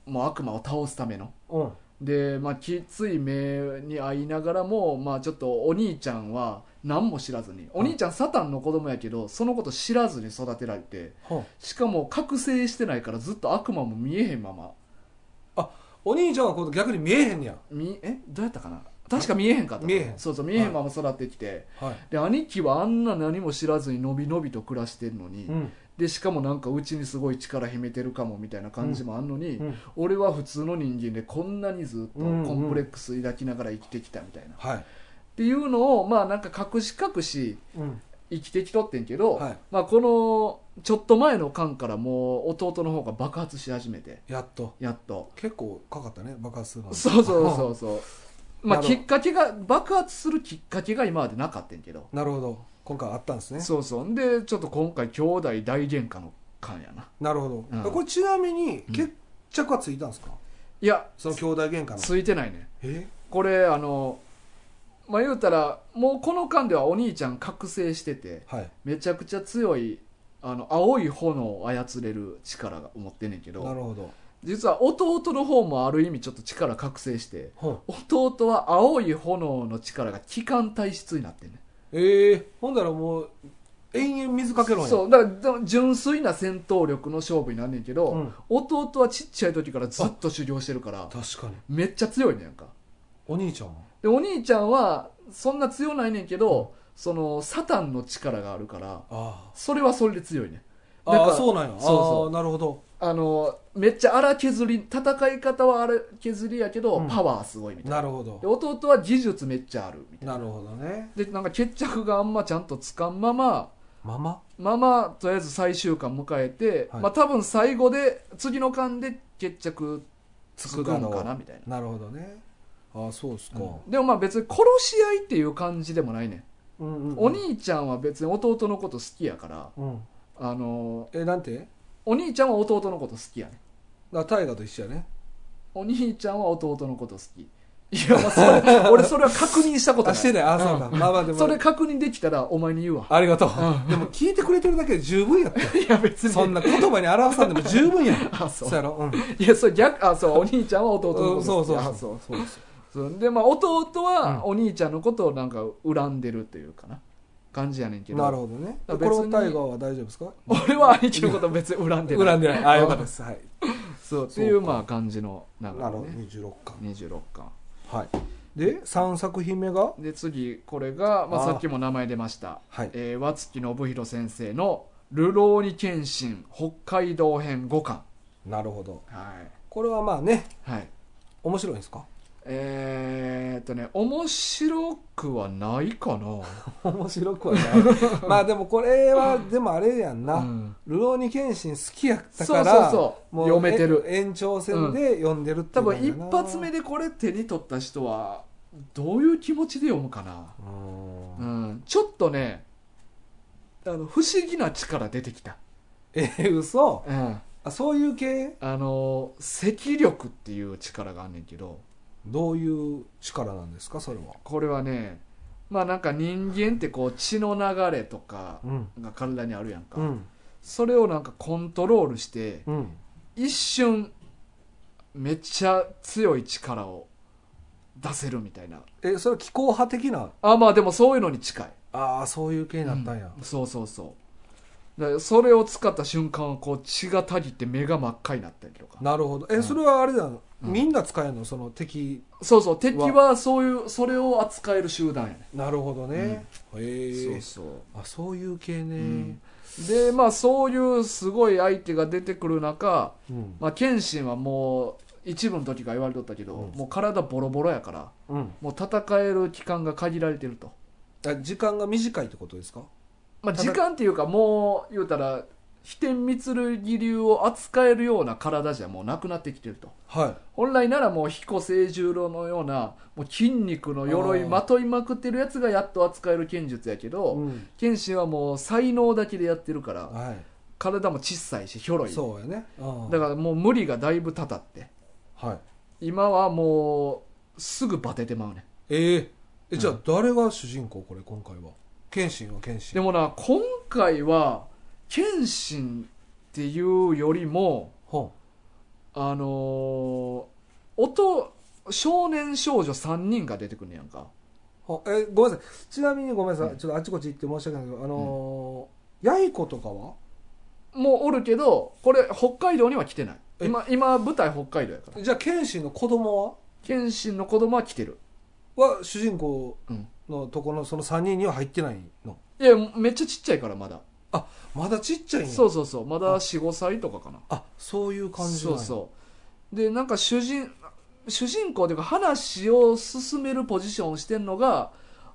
Speaker 1: もう悪魔を倒すための
Speaker 2: ううん
Speaker 1: で、まあ、きつい目に遭いながらも、まあ、ちょっとお兄ちゃんは何も知らずにお兄ちゃんサタンの子供やけどそのこと知らずに育てられて
Speaker 2: ほう
Speaker 1: しかも覚醒してないからずっと悪魔も見えへんまま
Speaker 2: お兄ちゃんは今度逆に見えへんねや
Speaker 1: みえどうやったかな確か見えへんかったな
Speaker 2: 見えへん
Speaker 1: そうそう見えへんまま育ってきて、
Speaker 2: はい、
Speaker 1: で兄貴はあんな何も知らずにのびのびと暮らしてるのに、
Speaker 2: うん
Speaker 1: でしかもなんかうちにすごい力秘めてるかもみたいな感じもあんのに、
Speaker 2: うん、
Speaker 1: 俺は普通の人間でこんなにずっとコ
Speaker 2: うんうん
Speaker 1: ンプレックス抱きながら生きてきたみたいな、っ
Speaker 2: はい、
Speaker 1: ていうのをまあなんか隠し隠し
Speaker 2: うん、
Speaker 1: 生きてきとってんけど、
Speaker 2: はい
Speaker 1: まあ、このちょっと前の間からもう弟の方が爆発し始めて
Speaker 2: やっと
Speaker 1: やっと
Speaker 2: 結構かかったね爆発するのに
Speaker 1: そうそうそうそうまあ
Speaker 2: なる
Speaker 1: き
Speaker 2: ほど
Speaker 1: っかけが爆発するきっかけが今までなかったんけど
Speaker 2: なるほど今回あったんですね
Speaker 1: そうそうんでちょっと今回兄弟大喧嘩の感やな
Speaker 2: なるほど、
Speaker 1: うん
Speaker 2: これちなみに
Speaker 1: うん
Speaker 2: 決着はついたんですか、
Speaker 1: いや
Speaker 2: その兄弟喧嘩の
Speaker 1: ついてないね
Speaker 2: え
Speaker 1: これあのまあ言うたらもうこの間ではお兄ちゃん覚醒してて
Speaker 2: はい
Speaker 1: めちゃくちゃ強いあの青い炎を操れる力が持ってんねんけ
Speaker 2: な
Speaker 1: ど
Speaker 2: るほど
Speaker 1: 実は弟の方もある意味ちょっと力覚醒して
Speaker 2: ほう
Speaker 1: 弟は青い炎の力が気管体質になってんねん
Speaker 2: ええほんだらもう延々水かけろんや
Speaker 1: そうだからでも純粋な戦闘力の勝負になんねんけど、
Speaker 2: うん
Speaker 1: 弟はちっちゃい時からずっと修行してるから
Speaker 2: 確かに
Speaker 1: めっちゃ強いねやんか
Speaker 2: お兄ちゃんも
Speaker 1: でお兄ちゃんはそんな強ないねんけど、そのサタンの力があるから
Speaker 2: あ
Speaker 1: それはそれで強いね
Speaker 2: あ
Speaker 1: だから
Speaker 2: ああそうなんや
Speaker 1: そうそう
Speaker 2: ああなるほど
Speaker 1: あのめっちゃ荒削り戦い方は荒削りやけど、
Speaker 2: うん
Speaker 1: パワーすごいみたいな
Speaker 2: なるほど
Speaker 1: で弟は技術めっちゃあるみたいな
Speaker 2: なるほどね
Speaker 1: でなんか決着があんまちゃんとつかんまま
Speaker 2: ママ
Speaker 1: まあまあとりあえず最終巻迎えて、
Speaker 2: はい
Speaker 1: まあ多分最後で次の巻で決着つくん
Speaker 2: つく
Speaker 1: か
Speaker 2: だろ
Speaker 1: な
Speaker 2: う
Speaker 1: みたいな
Speaker 2: なるほどねああそうっすか、
Speaker 1: うんでもまあ別に殺し合いっていう感じでもないねん、
Speaker 2: うんうんうん
Speaker 1: お兄ちゃんは別に弟のこと好きやから
Speaker 2: うん
Speaker 1: あのー
Speaker 2: えなんて
Speaker 1: お兄ちゃんは弟のこと好きやね
Speaker 2: だから大河と一緒やね
Speaker 1: お兄ちゃんは弟のこと好きいやまあそ れ俺それは確認したこと
Speaker 2: あ
Speaker 1: な
Speaker 2: して
Speaker 1: い
Speaker 2: ねあそうか、まあまあでも
Speaker 1: それ確認できたらお前に言う わ
Speaker 2: ありがとう、
Speaker 1: うん
Speaker 2: でも聞いてくれてるだけで十分やって
Speaker 1: いや別に
Speaker 2: そんな言葉に表さんでも十分や
Speaker 1: あそう
Speaker 2: そうやろ うん
Speaker 1: いやそれ逆あそうお兄ちゃんは弟のこと好
Speaker 2: うん
Speaker 1: き
Speaker 2: そうそう
Speaker 1: あ
Speaker 2: そうそうです
Speaker 1: そうでまあ弟は
Speaker 2: う
Speaker 1: お兄ちゃんのことをなんか恨んでるというかな感じやねんけど
Speaker 2: なるほどね
Speaker 1: だ
Speaker 2: こ
Speaker 1: か
Speaker 2: れ
Speaker 1: ら別
Speaker 2: は
Speaker 1: に
Speaker 2: 大河は大丈夫ですか
Speaker 1: 俺は兄貴のこと別に恨んでない
Speaker 2: 恨んでないあよかったですはい
Speaker 1: そうっていう
Speaker 2: そうか
Speaker 1: まあ感じの流
Speaker 2: な
Speaker 1: れ、
Speaker 2: る
Speaker 1: ね、
Speaker 2: ほど26巻
Speaker 1: 26巻
Speaker 2: はいで3作品目が
Speaker 1: で次これが、まあ、
Speaker 2: あ
Speaker 1: さ
Speaker 2: ー
Speaker 1: っきも名前出ました
Speaker 2: はい
Speaker 1: えー、和月信弘先生の「流浪に謙信北海道編5巻
Speaker 2: なるほど」
Speaker 1: はい、
Speaker 2: これはまあね
Speaker 1: はい
Speaker 2: 面白いんですか
Speaker 1: えーっとね面白くはないかな、
Speaker 2: 面白くは ない。まあでもこれは、でもあれやんな。
Speaker 1: うん
Speaker 2: ルローニケンシン好きやった
Speaker 1: そ
Speaker 2: か
Speaker 1: うそう
Speaker 2: ら、
Speaker 1: そう
Speaker 2: もう
Speaker 1: 読めてる
Speaker 2: え延長戦で読んでるって
Speaker 1: 多
Speaker 2: いうのや
Speaker 1: 分
Speaker 2: な、
Speaker 1: 一発目でこれ手に取った人はどういう気持ちで読むかな、
Speaker 2: うん
Speaker 1: うん、ちょっとねあの不思議な力出てきた、
Speaker 2: え、嘘
Speaker 1: うん、
Speaker 2: あ、そういう系
Speaker 1: あの積力っていう力があんねんけど
Speaker 2: どういう力なんですか、それは。
Speaker 1: これはねまあなんか人間ってこう血の流れとか
Speaker 2: うん。
Speaker 1: が体にあるやんか、
Speaker 2: うん。
Speaker 1: それをなんかコントロールして
Speaker 2: うん。
Speaker 1: 一瞬めっちゃ強い力を出せるみたいな
Speaker 2: え、それは気候派的な、
Speaker 1: あまあでもそういうのに近い
Speaker 2: ああ、そういう系になったんや。
Speaker 1: うんそうそうそうだからそれを使った瞬間はこう血がたぎって目が真っ赤になったりとか
Speaker 2: なるほど。
Speaker 1: う
Speaker 2: え、
Speaker 1: ん
Speaker 2: それはあれだの、
Speaker 1: うん
Speaker 2: みんな使えるのその敵。
Speaker 1: そうそう敵はそういうそれを扱える集団やね
Speaker 2: なるほどね。へえ
Speaker 1: そうそう
Speaker 2: あ、そういう系ね
Speaker 1: ん。でまあそういうすごい相手が出てくる中、
Speaker 2: うん。
Speaker 1: まあ、謙信はもう一部の時から言われとったけど、
Speaker 2: うん
Speaker 1: もう体ボロボロやから
Speaker 2: うん。
Speaker 1: もう戦える期間が限られてると、
Speaker 2: あ時間が短いってことですか
Speaker 1: まあ、
Speaker 2: ただ
Speaker 1: 時間っていうかもう言うたら飛天満流を扱えるような体じゃもうなくなってきてると
Speaker 2: は
Speaker 1: 本来ならもう彦清十郎のようなもう筋肉の鎧まといまくってるやつがやっと扱える剣術やけ
Speaker 2: い。
Speaker 1: ど、
Speaker 2: うん。
Speaker 1: 剣心はもう才能だけでやってるから
Speaker 2: はい。
Speaker 1: 体も小さいしひょろい
Speaker 2: そうやね。
Speaker 1: だ
Speaker 2: か
Speaker 1: からもう無理がだいぶたたって
Speaker 2: ら、はい。
Speaker 1: 今はもうすぐバテてまうね
Speaker 2: えええ、じゃあ誰が主人公これ、今回は。謙信は謙
Speaker 1: で
Speaker 2: 信。
Speaker 1: もな今回は剣心っていうよりも
Speaker 2: ほ
Speaker 1: あのー、音少年少女3人が出てくんねやんか
Speaker 2: うほうえ、ごめんなさい。ちなみにごめんなさ
Speaker 1: う
Speaker 2: い。
Speaker 1: ん
Speaker 2: ちょっとあちこち行って申し訳ないけど、あのー、やいことかは
Speaker 1: もうおるけどこれ北海道には来てない今今舞台北海道やから
Speaker 2: じゃあ謙信の子供
Speaker 1: 剣心の子供は来てる
Speaker 2: はは主人公
Speaker 1: うん
Speaker 2: のとこのその3人には入ってないの
Speaker 1: いやめっちゃちっちゃいからまだ
Speaker 2: まだちっちゃいんや
Speaker 1: そうそうそうまだ45歳とかかな
Speaker 2: あそういう感じな
Speaker 1: そ
Speaker 2: ん
Speaker 1: う
Speaker 2: や
Speaker 1: そうでなんか主人主人公というか話を進めるポジションをしてんのが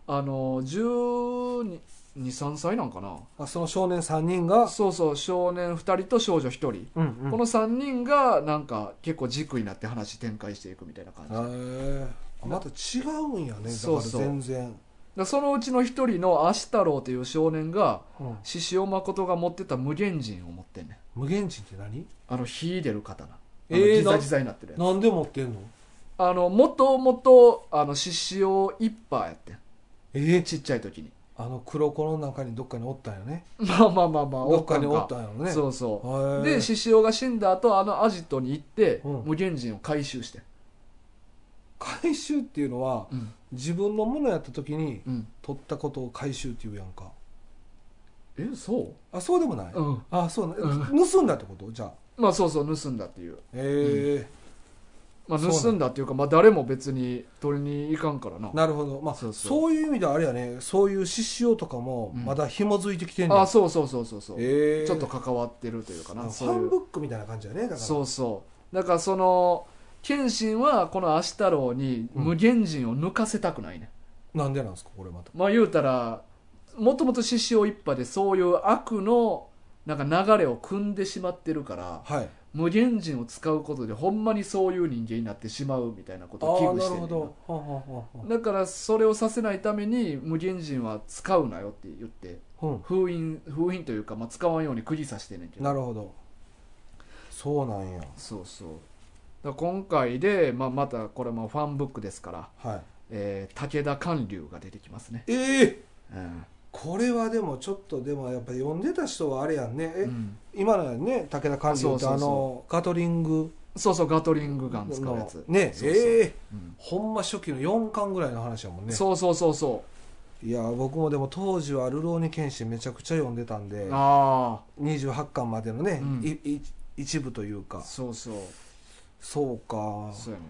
Speaker 1: あの123歳なんかな
Speaker 2: あその少年3人が、
Speaker 1: そうそう少年2人と少女1人、この3人がなんか結構軸になって話展開していくみたいな感じ、だか
Speaker 2: へえまた違うんやねだか
Speaker 1: そ
Speaker 2: ら
Speaker 1: うそう
Speaker 2: 全然
Speaker 1: らそのうちの1人の足太郎という少年が
Speaker 2: うん
Speaker 1: 獅子雄誠が持ってた無限人を持ってんねん
Speaker 2: 無限人って何
Speaker 1: あの火出る刀あ
Speaker 2: え
Speaker 1: の
Speaker 2: ー
Speaker 1: ギザギザになってるやつ
Speaker 2: なんで持ってんの
Speaker 1: あの、もともと、あの、獅子王一派やってん
Speaker 2: ええ
Speaker 1: ちっちゃい時に。
Speaker 2: あの黒子の中にどっかにおったんよね
Speaker 1: まあまあまあまあ、
Speaker 2: どっかにお
Speaker 1: おっ
Speaker 2: った
Speaker 1: ん
Speaker 2: たんやろ
Speaker 1: か
Speaker 2: ね
Speaker 1: そうそう。
Speaker 2: う
Speaker 1: で、獅子王が死んだ後、あのアジトに行って、
Speaker 2: うん
Speaker 1: 無限人を回収してん。
Speaker 2: 回収っていうのは
Speaker 1: うん。
Speaker 2: 自分のものやった時に
Speaker 1: うん。
Speaker 2: 取ったことを回収っていうやんか
Speaker 1: え、そ
Speaker 2: あそうでもないう
Speaker 1: うん。
Speaker 2: あそうな
Speaker 1: う
Speaker 2: 盗んだってことじゃあ
Speaker 1: まあそうそう、盗んだっていう。
Speaker 2: ええ
Speaker 1: まあ
Speaker 2: そうなん
Speaker 1: 盗んだっていうか、まあ誰も別に取りに行かんからな。
Speaker 2: なるほどまあ
Speaker 1: そうそう
Speaker 2: そういう意味ではあれやねそういう獅子王とかも
Speaker 1: うん
Speaker 2: まだ紐づいてきてんねん
Speaker 1: あ、そうそうそうそうそう。
Speaker 2: ええ
Speaker 1: ちょっと関わってるというか
Speaker 2: あ
Speaker 1: な。
Speaker 2: フ
Speaker 1: そう
Speaker 2: ァ
Speaker 1: い
Speaker 2: ン
Speaker 1: う
Speaker 2: ブックみたいな感じだねだから
Speaker 1: そうそう。だからその、謙信はこの足太郎に無限人を抜かせたくないね。
Speaker 2: なんでなんですかこれまた
Speaker 1: まあ言うたらもともと獅子王一派でそういう悪のなんか流れを組んでしまってるから
Speaker 2: はい
Speaker 1: 無限人を使うことでほんまにそういう人間になってしまうみたいなこと
Speaker 2: あ
Speaker 1: を危
Speaker 2: あ
Speaker 1: 惧
Speaker 2: な
Speaker 1: し
Speaker 2: る
Speaker 1: てん
Speaker 2: ほ
Speaker 1: ねんな
Speaker 2: どはんはんはんはん
Speaker 1: だからそれをさせないために無限人は使うなよって言って
Speaker 2: うん
Speaker 1: 封印封印というか、まあ、使わんように釘刺してんねんけど
Speaker 2: なるほどそうなんや
Speaker 1: そうそうだから今回で、まあ、またこれもファンブックですから、
Speaker 2: はい
Speaker 1: えー武田観柳が出てきますね、
Speaker 2: ええ
Speaker 1: うん
Speaker 2: これはでもちょっとでもやっぱり読んでた人はあれやんねえ、
Speaker 1: うん
Speaker 2: 今のやんね武田官僚
Speaker 1: そ
Speaker 2: っ
Speaker 1: うそう
Speaker 2: て
Speaker 1: そう
Speaker 2: あのガトリング
Speaker 1: そうそうガトリングガン使うや
Speaker 2: の
Speaker 1: つ
Speaker 2: ね
Speaker 1: そうそう
Speaker 2: ええ
Speaker 1: うん
Speaker 2: ほんま初期の4巻ぐらいの話やもんね
Speaker 1: そうそうそうそ
Speaker 2: いや僕もでも当時は「ルローニケンシン」めちゃくちゃ読んでたん
Speaker 1: う
Speaker 2: で
Speaker 1: あ
Speaker 2: 28巻までのね、
Speaker 1: うん
Speaker 2: いい一部という
Speaker 1: あ
Speaker 2: か
Speaker 1: そうそう
Speaker 2: そうか
Speaker 1: そうやね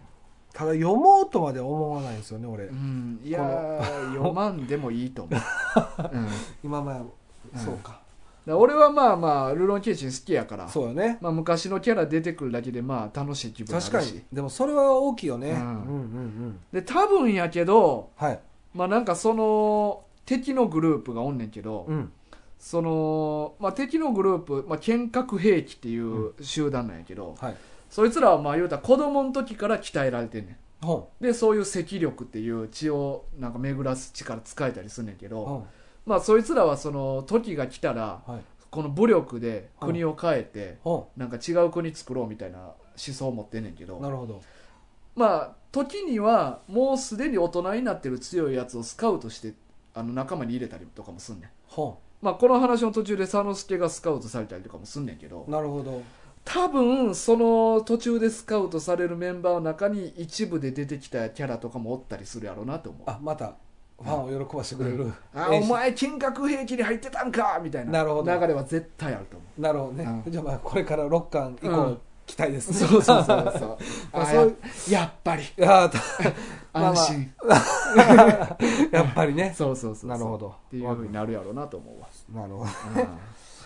Speaker 2: ただ読もうとまでは思わないんですよね俺、
Speaker 1: うん いやー読まんでもいいと思う、うん
Speaker 2: 今まで、
Speaker 1: うん
Speaker 2: そうか
Speaker 1: ら俺はまあまあルロン・ケイシン好きやから
Speaker 2: そうよね
Speaker 1: まあ、昔のキャラ出てくるだけでまあ楽しい気分になる
Speaker 2: 確
Speaker 1: し
Speaker 2: かにでもそれは大きいよね、
Speaker 1: う
Speaker 2: うんん、うんうん
Speaker 1: で多分やけど
Speaker 2: はい、
Speaker 1: まあなんかその敵のグループがおんねんけど、
Speaker 2: うん、
Speaker 1: その、まあ、敵のグループ、まあ、剣閣兵器っていう集団なんやけど、
Speaker 2: はい
Speaker 1: そいつらはまあ言うたら子供の時から鍛えられてんね
Speaker 2: ほ
Speaker 1: んでそういう赤力っていう血をなんか巡らす力使えたりすんねんけ
Speaker 2: う
Speaker 1: ど、
Speaker 2: ほ
Speaker 1: まあそいつらはその時が来たら
Speaker 2: うはい
Speaker 1: この武力で国を変えて
Speaker 2: ほ
Speaker 1: なんか違う国作ろうみたいな思想を持ってんねんけ
Speaker 2: うな
Speaker 1: ど
Speaker 2: るほど
Speaker 1: まあ時にはもうすでに大人になってる強いやつをスカウトしてあの仲間に入れたりとかもすんねん
Speaker 2: ほ
Speaker 1: まあこの話の途中で佐之助がスカウトされたりとかもすんねんけど
Speaker 2: うなるほど
Speaker 1: 多分その途中でスカウトされるメンバーの中に一部で出てきたキャラとかもおったりするやろうなと思う
Speaker 2: あまたファンを喜ばしてくれる、
Speaker 1: あ
Speaker 2: 演
Speaker 1: お
Speaker 2: 出
Speaker 1: 前金閣兵器に入ってたんかみたいな
Speaker 2: なるほど
Speaker 1: 流れは絶対あると思う
Speaker 2: なるほどね、
Speaker 1: う
Speaker 2: じゃあまあこれから6巻以降、
Speaker 1: うん
Speaker 2: 期待ですね
Speaker 1: そうそうそうそう
Speaker 2: まあ
Speaker 1: あ
Speaker 2: そう
Speaker 1: ややっぱり
Speaker 2: いやーた まあ
Speaker 1: 安
Speaker 2: まあ
Speaker 1: 心、
Speaker 2: やっぱりね
Speaker 1: そうそうそうそう
Speaker 2: なるほど
Speaker 1: っていうふうになるやろうなと思うわ、
Speaker 2: なるほ
Speaker 1: う
Speaker 2: ど
Speaker 1: ん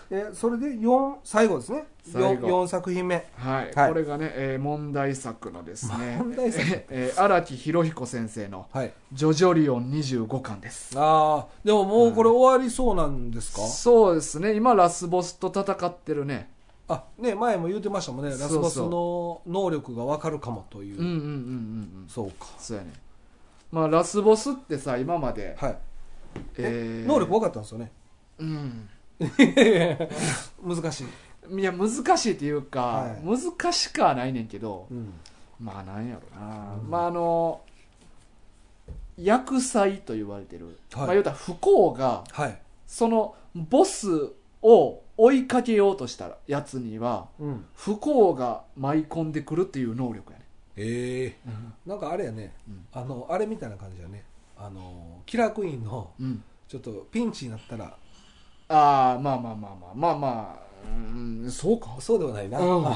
Speaker 2: えそれで4最後ですね
Speaker 1: 最後
Speaker 2: 4, 作品目
Speaker 1: はい、
Speaker 2: はい
Speaker 1: これがね、えー問題作のですね
Speaker 2: 問題作
Speaker 1: ええー荒木博彦先生の
Speaker 2: はい
Speaker 1: 「ジョジョリオン25巻」です
Speaker 2: ああでももうこれ終わりそうなんですか、
Speaker 1: そうですね今ラスボスと戦ってるね
Speaker 2: あね前も言ってましたもんねラスボスの能力が分かるかもという
Speaker 1: うんうんうんうんうん
Speaker 2: そうか
Speaker 1: そうやねまあラスボスってさ今まで、
Speaker 2: はい、
Speaker 1: えー
Speaker 2: 能力分かったんですよね
Speaker 1: うん
Speaker 2: 難しい、
Speaker 1: いや難しいっていうか、
Speaker 2: はい
Speaker 1: 難しくはないねんけど
Speaker 2: うん、
Speaker 1: まあなんやろな、まああの薬剤と言われてる、ま
Speaker 2: はい
Speaker 1: あ言うたら不幸が
Speaker 2: はい、
Speaker 1: そのボスを追いかけようとしたやつには
Speaker 2: うん、
Speaker 1: 不幸が舞い込んでくるっていう能力やね
Speaker 2: ええなんかあれやね、
Speaker 1: うん
Speaker 2: あのあれみたいな感じやねあのキラークイーンの
Speaker 1: うん
Speaker 2: ちょっとピンチになったら
Speaker 1: ああまあまあまあまあまあまあうんそうか
Speaker 2: そうではない な、
Speaker 1: うん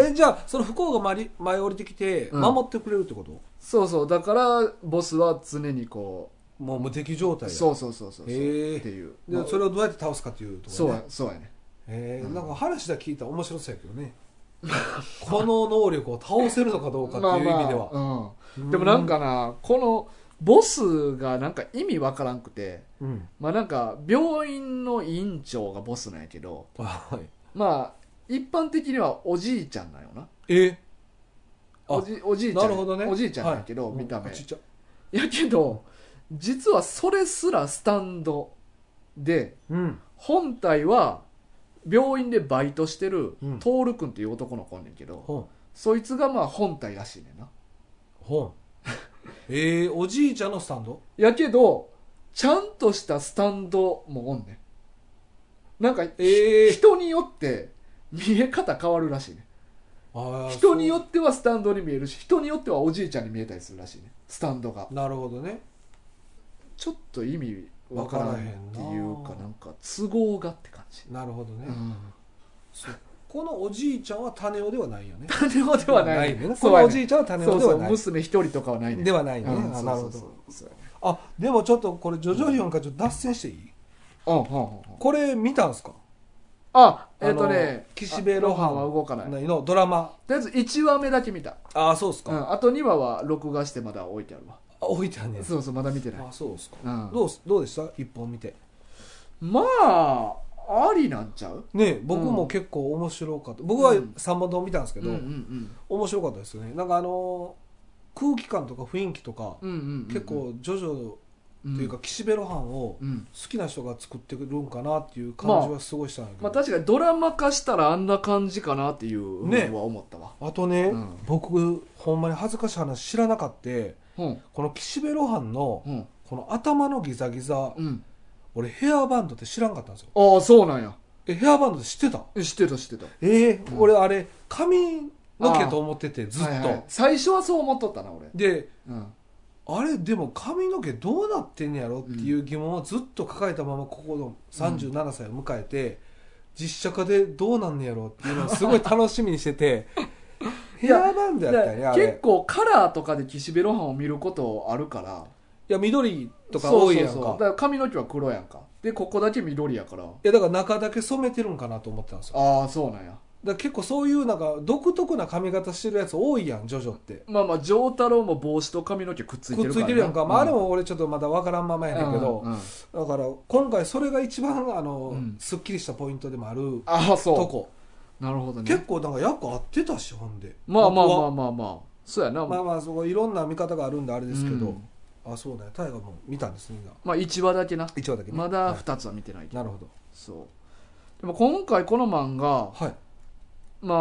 Speaker 2: えじゃあその不幸が舞い舞い降りてきて
Speaker 1: うん
Speaker 2: 守ってくれるってこと、
Speaker 1: そうそうだからボスは常にこ
Speaker 2: もう無敵状
Speaker 1: う
Speaker 2: 態や
Speaker 1: そうそうそうそうそうって
Speaker 2: へえ
Speaker 1: いう
Speaker 2: で
Speaker 1: まあ
Speaker 2: それをどうやって倒すかっていうとこ
Speaker 1: そ
Speaker 2: ろ
Speaker 1: う
Speaker 2: ね
Speaker 1: やそうやね
Speaker 2: えーなんか話だけ聞いたら面白そうやけどね この能力を倒せるのかどうかっていう意味では、
Speaker 1: まあまあうんでもなんかなこのボスがなんか意味わからんくて
Speaker 2: うん、
Speaker 1: まあなんか病院の院長がボスなんやけど
Speaker 2: はい
Speaker 1: まあ一般的にはおじいちゃんなんよな
Speaker 2: えあ
Speaker 1: おじおじいちゃん
Speaker 2: なるほどね
Speaker 1: おじいちゃんなんやけど、見た目
Speaker 2: うんちっちゃ
Speaker 1: やけど実はそれすらスタンドで
Speaker 2: うん
Speaker 1: 本体は病院でバイトしてる
Speaker 2: うん
Speaker 1: 徹君っていう男の子おんねんけど、
Speaker 2: ほん
Speaker 1: そいつがまあ本体らしいねんな
Speaker 2: ほん えー、おじいちゃんのスタンド
Speaker 1: やけどちゃんとしたスタンドもおんねんなんか、
Speaker 2: えー
Speaker 1: 人によって見え方変わるらしいね
Speaker 2: あー
Speaker 1: 人によ
Speaker 2: そ
Speaker 1: ってはスタンドに見えるし人によってはおじいちゃんに見えたりするらしいねスタンドが
Speaker 2: うなるほどね
Speaker 1: ちょっと意味わからんっ
Speaker 2: わからへん
Speaker 1: て
Speaker 2: な
Speaker 1: いうかなんか都合がって感じ、
Speaker 2: なるほどね、
Speaker 1: うん、
Speaker 2: そうこのおじいちゃんは種男ではないよね
Speaker 1: 種男ではない,、
Speaker 2: ねこ
Speaker 1: そう
Speaker 2: の
Speaker 1: や
Speaker 2: お
Speaker 1: ね
Speaker 2: じいちゃんは種
Speaker 1: そ
Speaker 2: 男
Speaker 1: う
Speaker 2: で
Speaker 1: そ
Speaker 2: は
Speaker 1: う
Speaker 2: ない
Speaker 1: 娘一人とかはないね
Speaker 2: ではないね、
Speaker 1: うん
Speaker 2: あ
Speaker 1: そう
Speaker 2: なる
Speaker 1: そ
Speaker 2: ほ
Speaker 1: うそう
Speaker 2: ど
Speaker 1: そうやね
Speaker 2: あでもちょっとこれ「ジョジョリオン」からちょっと脱線していい、
Speaker 1: うんうんうんうん
Speaker 2: これ見たんすか
Speaker 1: あえっ、とね
Speaker 2: あの岸辺露伴
Speaker 1: あは動かないとり
Speaker 2: のドラマ
Speaker 1: あえず1話目だけ見た、
Speaker 2: ああそうっす
Speaker 1: う
Speaker 2: か、あ
Speaker 1: ん、あと2話は録画してまだ置いてあるわ
Speaker 2: 置いてあんねん
Speaker 1: そうそうまだ見てない
Speaker 2: あそうっすか、
Speaker 1: うん
Speaker 2: どうすどうでした一本見て
Speaker 1: まあありなんちゃう
Speaker 2: ね僕も結構面白かった、僕は
Speaker 1: うん
Speaker 2: 三本堂見たんですけ
Speaker 1: うんう
Speaker 2: ど、
Speaker 1: んうん
Speaker 2: 面白かったですよねなんかあのー空気感とか雰囲気とか、
Speaker 1: うんうんうん
Speaker 2: 結構ジョジョ
Speaker 1: ん
Speaker 2: というか岸辺露伴を
Speaker 1: うん、うん
Speaker 2: 好きな人が作ってくるんかなっていう感じはすごいしたんだけど、
Speaker 1: まあ確かにドラマ化したらあんな感じかなっていうふう
Speaker 2: ね
Speaker 1: には思ったわ、
Speaker 2: あとね、
Speaker 1: うん
Speaker 2: 僕ほんまに恥ずかしい話知らなかって
Speaker 1: うん
Speaker 2: この岸辺露伴の
Speaker 1: うん
Speaker 2: この頭のギザギザ、
Speaker 1: うん
Speaker 2: 俺ヘアバンドって知らんかったんですよ
Speaker 1: ああそうなんや
Speaker 2: えヘアバンドって知ってた
Speaker 1: え知ってた知ってた
Speaker 2: ええ
Speaker 1: うん
Speaker 2: 俺あれ髪の毛と思っててずっと、
Speaker 1: はいはい最初はそう思っとったな俺
Speaker 2: で
Speaker 1: うん
Speaker 2: あれでも髪の毛どうなってんねやろっていう疑問をずっと抱えたままここの37歳を迎えて、実写化でどうなんねやろっていうのをすごい楽しみにしてて
Speaker 1: い
Speaker 2: ヘ
Speaker 1: や
Speaker 2: アバンドやったん
Speaker 1: で
Speaker 2: やあれ
Speaker 1: 結構カラーとかで岸辺露伴を見ることあるから
Speaker 2: いや緑とか多いやんか
Speaker 1: そうそうそうだから髪の毛は黒やんかでここだけ緑やから
Speaker 2: やだから中だけ染めてるんかなと思ってたんですよだか
Speaker 1: ああそうなんや
Speaker 2: ら結構そういうなんか独特な髪型してるやつ多いやんジョジョって
Speaker 1: まあまあ丈太郎も帽子と髪の毛くっついて
Speaker 2: く
Speaker 1: るか
Speaker 2: っ
Speaker 1: ら
Speaker 2: つ
Speaker 1: ない
Speaker 2: てるやんか、まあ、あれも俺ちょっとまだ分からんままやねんけど、
Speaker 1: うんうんうん
Speaker 2: だから今回それが一番あの、
Speaker 1: うん
Speaker 2: すっきりしたポイントでもある
Speaker 1: ああ
Speaker 2: と
Speaker 1: そ
Speaker 2: こ、
Speaker 1: うなるほど
Speaker 2: 結
Speaker 1: ね
Speaker 2: 構なんか役合ってたしほんで
Speaker 1: まあまあまあ
Speaker 2: あ
Speaker 1: まあまあそうやな、
Speaker 2: まあまあそこいろんな見方があるんであれですけど、
Speaker 1: うん
Speaker 2: あそうね大河も見たんですみんな
Speaker 1: まあ1話だけな
Speaker 2: 一話だけ、ね、
Speaker 1: ま
Speaker 2: は
Speaker 1: だ
Speaker 2: い
Speaker 1: 2つは見てないけど、
Speaker 2: なるほど
Speaker 1: そうでも今回この漫画
Speaker 2: はい
Speaker 1: ま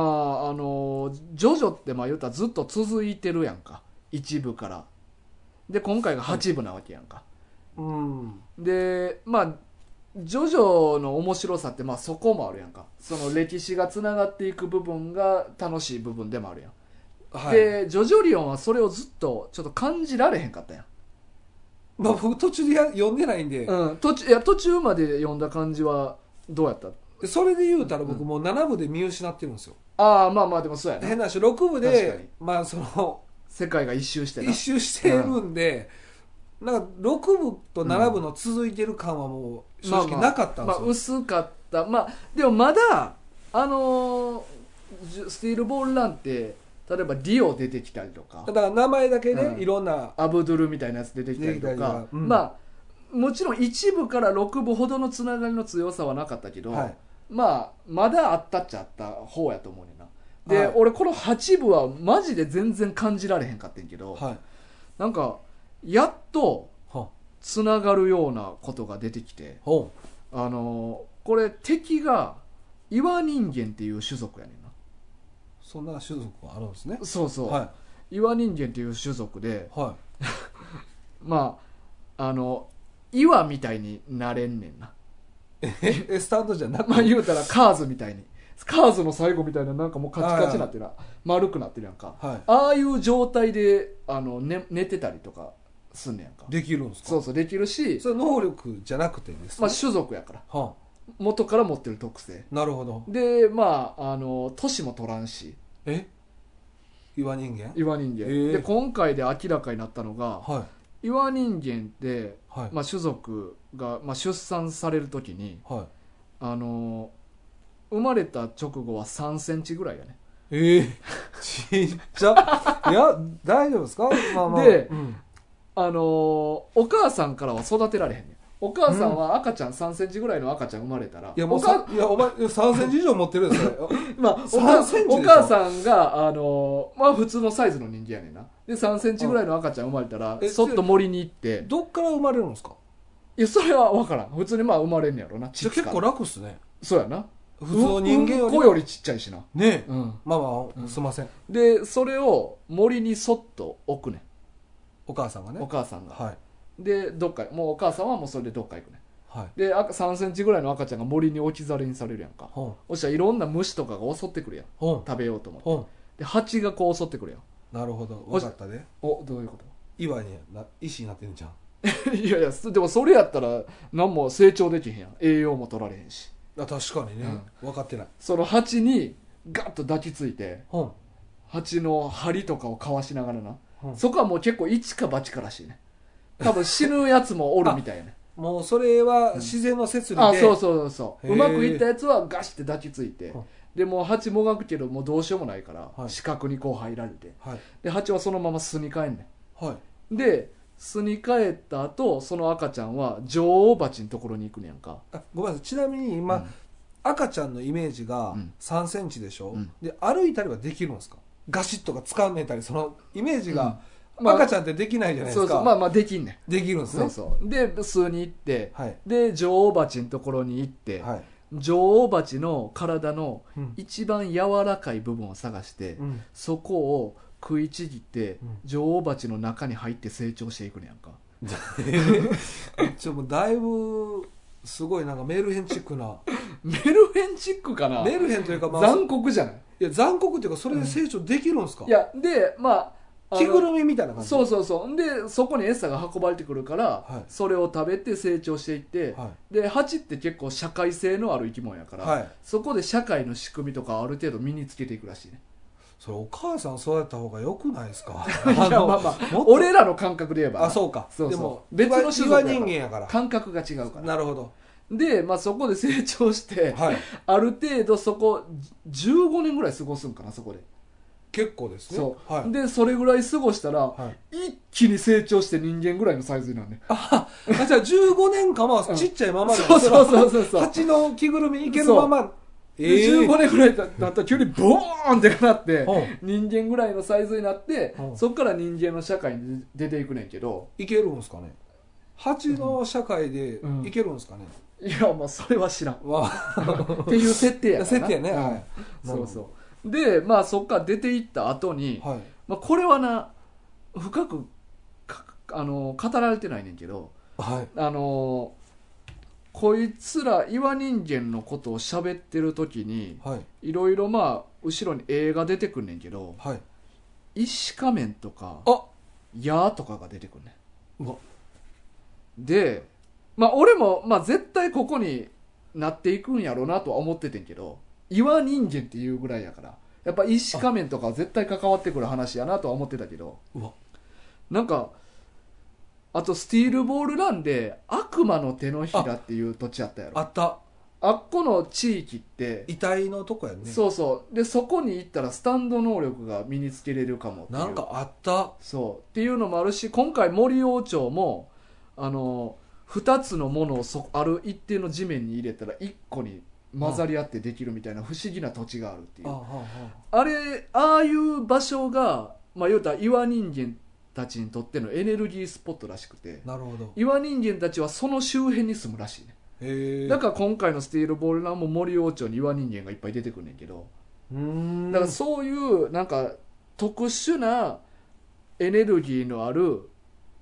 Speaker 1: ああのジョジョってまあ言ったらずっと続いてるやんか1部からで今回が8部なわけやんか、
Speaker 2: うん
Speaker 1: でまあジョジョの面白さってまあそこもあるやんかその歴史がつながっていく部分が楽しい部分でもあるやん、
Speaker 2: はい
Speaker 1: でジョジョリオンはそれをずっとちょっと感じられへんかったやん、
Speaker 2: まあ僕途中でや読んでないんで、
Speaker 1: うん、途中いや途中まで読んだ感じはどうやった
Speaker 2: それで言うたら
Speaker 1: う
Speaker 2: 僕もう7部で見失ってるんですよ、
Speaker 1: ああまあまあでもそうやね
Speaker 2: 変な話6部
Speaker 1: 確かに
Speaker 2: でまあその
Speaker 1: 世界が一周してな
Speaker 2: 一周してるんで、なんか6部と7部の続いてる感はもう正直なかったんですよ、
Speaker 1: まあ、薄かったまあでもまだあのージュスティールボールランって例えばディオ出てきたりとか
Speaker 2: だから名前だけね、
Speaker 1: うん
Speaker 2: いろんな
Speaker 1: アブドゥルみたいなやつ出てきたりと
Speaker 2: 出てきたり
Speaker 1: か
Speaker 2: と、かうん
Speaker 1: まあもちろん一部から六部ほどのつながりの強さはなかったけど、
Speaker 2: はい
Speaker 1: まあまだあったっちゃあった方やと思うねんなで、
Speaker 2: はい
Speaker 1: 俺この八部はマジで全然感じられへんかってんけど、
Speaker 2: はい
Speaker 1: なんかやっと
Speaker 2: は
Speaker 1: つながるようなことが出てきて
Speaker 2: ほ
Speaker 1: あのーこれ敵が岩人間っていう種族やねんな
Speaker 2: そんな種族があるんですね
Speaker 1: そうそう、
Speaker 2: は
Speaker 1: 岩人間っていう種族で
Speaker 2: いは
Speaker 1: まああの岩みたいになれんねんない
Speaker 2: ええスタンドじゃなく
Speaker 1: まあ言うたらカーズみたいにカーズの最後みたいななんかもうカチカチなってな丸くなってるやんか
Speaker 2: は
Speaker 1: ああいう状態であの、ね、寝てたりとかすんねやんか
Speaker 2: いできるんですか
Speaker 1: そうそうできるし
Speaker 2: そ、れ能力じゃなくてです
Speaker 1: ま
Speaker 2: ね
Speaker 1: あ、種族やから
Speaker 2: は
Speaker 1: 元から持ってる特性
Speaker 2: あなるほど
Speaker 1: でまああの年も取らんし
Speaker 2: え岩人間
Speaker 1: 岩人間、
Speaker 2: へえ
Speaker 1: で今回で明らかになったのが
Speaker 2: はい
Speaker 1: 岩人間って、
Speaker 2: はい、
Speaker 1: まあ、種族が、まあ、出産される時に
Speaker 2: はい
Speaker 1: あの生まれた直後は3センチぐらいやね
Speaker 2: ええちっちゃ。いや、大丈夫ですかまあまあ。
Speaker 1: で
Speaker 2: うん
Speaker 1: あのーお母さんからは育てられへんねんお母さんは赤ちゃん3センチぐらいの赤ちゃん生まれたら、
Speaker 2: いや、もう
Speaker 1: おか
Speaker 2: さ、いや、お前、3センチ以上持ってるんです よ。
Speaker 1: まあ、お
Speaker 2: 3センチでしょ
Speaker 1: お母さんが、あのーまあ、普通のサイズの人間やねんなで3センチぐらいの赤ちゃん生まれたら
Speaker 2: え
Speaker 1: そっと森に行って
Speaker 2: どっから生まれるんですか
Speaker 1: いやそれは分からん普通にまあ生まれんねやろなち
Speaker 2: じゃ
Speaker 1: っ
Speaker 2: あ
Speaker 1: ちゃ
Speaker 2: 結
Speaker 1: か
Speaker 2: 構
Speaker 1: ら
Speaker 2: 楽っすね。
Speaker 1: そうやな
Speaker 2: 普通の人間よ
Speaker 1: うんこ
Speaker 2: りも。
Speaker 1: よりちっちゃいしな
Speaker 2: ねえ。
Speaker 1: うん
Speaker 2: まあまあ、すいません。
Speaker 1: でそれを森にそっと置くね
Speaker 2: お母さんが
Speaker 1: ん
Speaker 2: ね。
Speaker 1: お母さんが、
Speaker 2: はい。
Speaker 1: でどっかもうお母さんはもうそれでどっか行くねん
Speaker 2: はい。
Speaker 1: であ3センチぐらいの赤ちゃんが森に置き去りにされるやんか
Speaker 2: ほん。
Speaker 1: そしたらいろんな虫とかが襲ってくるやん
Speaker 2: ほん。
Speaker 1: 食べようと思って
Speaker 2: ほん。
Speaker 1: で蜂がこう襲ってくるやん
Speaker 2: なるほど。わかったね。
Speaker 1: おどういうこ
Speaker 2: 岩にな、石になってんじゃん。
Speaker 1: と いやいやすでもそれやったら何も成長できへんやん栄養も取られへんし
Speaker 2: あ確かにね。分かってない。
Speaker 1: その蜂にガッと抱きついて
Speaker 2: ほん。
Speaker 1: 蜂の針とかをかわしながらな、
Speaker 2: うん
Speaker 1: そこはもう結構一か八からしいね多分死ぬやつもおるみたいやね
Speaker 2: もうそれは自然の摂理で。
Speaker 1: あそうそうそうそう
Speaker 2: へー
Speaker 1: うまくいったやつはガシって抱きついて
Speaker 2: うん
Speaker 1: でもう蜂もがくけどもうどうしようもないから、
Speaker 2: はい
Speaker 1: 死角にこう入られて
Speaker 2: はい。
Speaker 1: で蜂はそのまま巣に帰んね
Speaker 2: はい。
Speaker 1: んで巣に帰った後その赤ちゃんは女王蜂のところに行くねやんか
Speaker 2: あごめんなさいちなみに今、
Speaker 1: うん
Speaker 2: 赤ちゃんのイメージが
Speaker 1: うん
Speaker 2: 3センチでしょ、
Speaker 1: うん
Speaker 2: で歩いたりはできるんですかガシッとか掴めたりそのイメージが、
Speaker 1: うんまあ
Speaker 2: 赤ちゃんってできないじゃないで
Speaker 1: そう
Speaker 2: すか
Speaker 1: そうまあまあできんねん
Speaker 2: できるんです
Speaker 1: そう
Speaker 2: ね
Speaker 1: そうで巣に行って
Speaker 2: はい
Speaker 1: で女王蜂のところに行って、
Speaker 2: はい、
Speaker 1: 女王蜂の体の
Speaker 2: うん
Speaker 1: 一番柔らかい部分を探して、
Speaker 2: うん
Speaker 1: そこを食いちぎって、
Speaker 2: うん
Speaker 1: 女王蜂の中に入って成長していくねやんか
Speaker 2: ちょもうだいぶすごいなんかメルヘンチックな
Speaker 1: メルヘンチックかな
Speaker 2: メルヘンというか、まあ、
Speaker 1: 残酷じゃない
Speaker 2: いや残酷っていうかそれで成長できるんですか、
Speaker 1: いやでまああの
Speaker 2: 着ぐるみみたいな感じ
Speaker 1: そうそうそうでそこに餌が運ばれてくるから、
Speaker 2: はい
Speaker 1: それを食べて成長していって、
Speaker 2: は
Speaker 1: で蜂って結構社会性のある生き物やか
Speaker 2: い、
Speaker 1: ら、
Speaker 2: はい、
Speaker 1: そこで社会の仕組みとかをある程度身につけていくらしいね
Speaker 2: それお母さん育てた方がよくないですか
Speaker 1: いやまあまあ
Speaker 2: もっと
Speaker 1: 俺らの感覚で言えばな
Speaker 2: あそうか
Speaker 1: そうそう
Speaker 2: でも
Speaker 1: 別
Speaker 2: 別
Speaker 1: の
Speaker 2: の
Speaker 1: 種族や
Speaker 2: 種
Speaker 1: から
Speaker 2: 人間やから
Speaker 1: 感覚が違うから
Speaker 2: なるほど
Speaker 1: で、まあ、そこで成長して、
Speaker 2: はい。
Speaker 1: ある程度そこ15年ぐらい過ごすんかなそこで、
Speaker 2: 結構ですね。
Speaker 1: そう、
Speaker 2: はい。
Speaker 1: でそれぐらい過ごしたら、
Speaker 2: はい
Speaker 1: 一気に成長して人間ぐらいのサイズになるね
Speaker 2: あ、あじゃあ15年間は
Speaker 1: うん
Speaker 2: ちっちゃいままで、
Speaker 1: そうそうそうそうそう
Speaker 2: 蜂の着ぐるみいけるまま。
Speaker 1: で
Speaker 2: ええ
Speaker 1: 15年ぐらいだったら急にボーンってなって
Speaker 2: うん
Speaker 1: 人間ぐらいのサイズになって
Speaker 2: うん
Speaker 1: そっから人間の社会に出ていくねんけど
Speaker 2: いけるんですかね蜂の社会で
Speaker 1: うん
Speaker 2: いけるんですかね、
Speaker 1: いやまあそれは知らんっ
Speaker 2: わ
Speaker 1: ていう設定やから
Speaker 2: 設定ね、
Speaker 1: うん
Speaker 2: は
Speaker 1: そうそうでまあそっから出ていった後
Speaker 2: い、
Speaker 1: に、
Speaker 2: はい、
Speaker 1: まあ、これはな深くかあの語られてないねんけど
Speaker 2: はい、
Speaker 1: あのこいつら岩人間のことを喋ってる時に
Speaker 2: はい、
Speaker 1: いろいろまあ後ろに映画出てくんねんけど
Speaker 2: はい、
Speaker 1: 石仮面とか
Speaker 2: あ
Speaker 1: 矢とかが出てくんね
Speaker 2: うわ
Speaker 1: んでまあ俺も、まあ、絶対ここになっていくんやろうなとは思っててんけど岩人間っていうぐらいやからやっぱ石仮面とかは絶対関わってくる話やなとは思ってたけど
Speaker 2: うわ
Speaker 1: なんかあとスティールボールランで悪魔の手のひらっていう土地あったやろ
Speaker 2: あ
Speaker 1: あ
Speaker 2: った
Speaker 1: っこの地域って、
Speaker 2: 遺体のとこやね
Speaker 1: そうそうでそこに行ったらスタンド能力が身につけれるかもっていう
Speaker 2: なんかあった
Speaker 1: そうっていうのもあるし今回森王朝もあの2つのものをそある一定の地面に入れたら1個に混ざり合ってできるみたいな不思議な土地があるっていう
Speaker 2: ああ
Speaker 1: あ
Speaker 2: あ
Speaker 1: れああいう場所がまあ言うたら岩人間たちにとってのエネルギースポットらしくて
Speaker 2: あなるほど
Speaker 1: 岩人間たちはその周辺に住むらしいね
Speaker 2: へえ
Speaker 1: だから今回のスティールボールランも森王朝に岩人間がいっぱい出てくるねんけど、
Speaker 2: うーん
Speaker 1: だからそういうなんか特殊なエネルギーのある、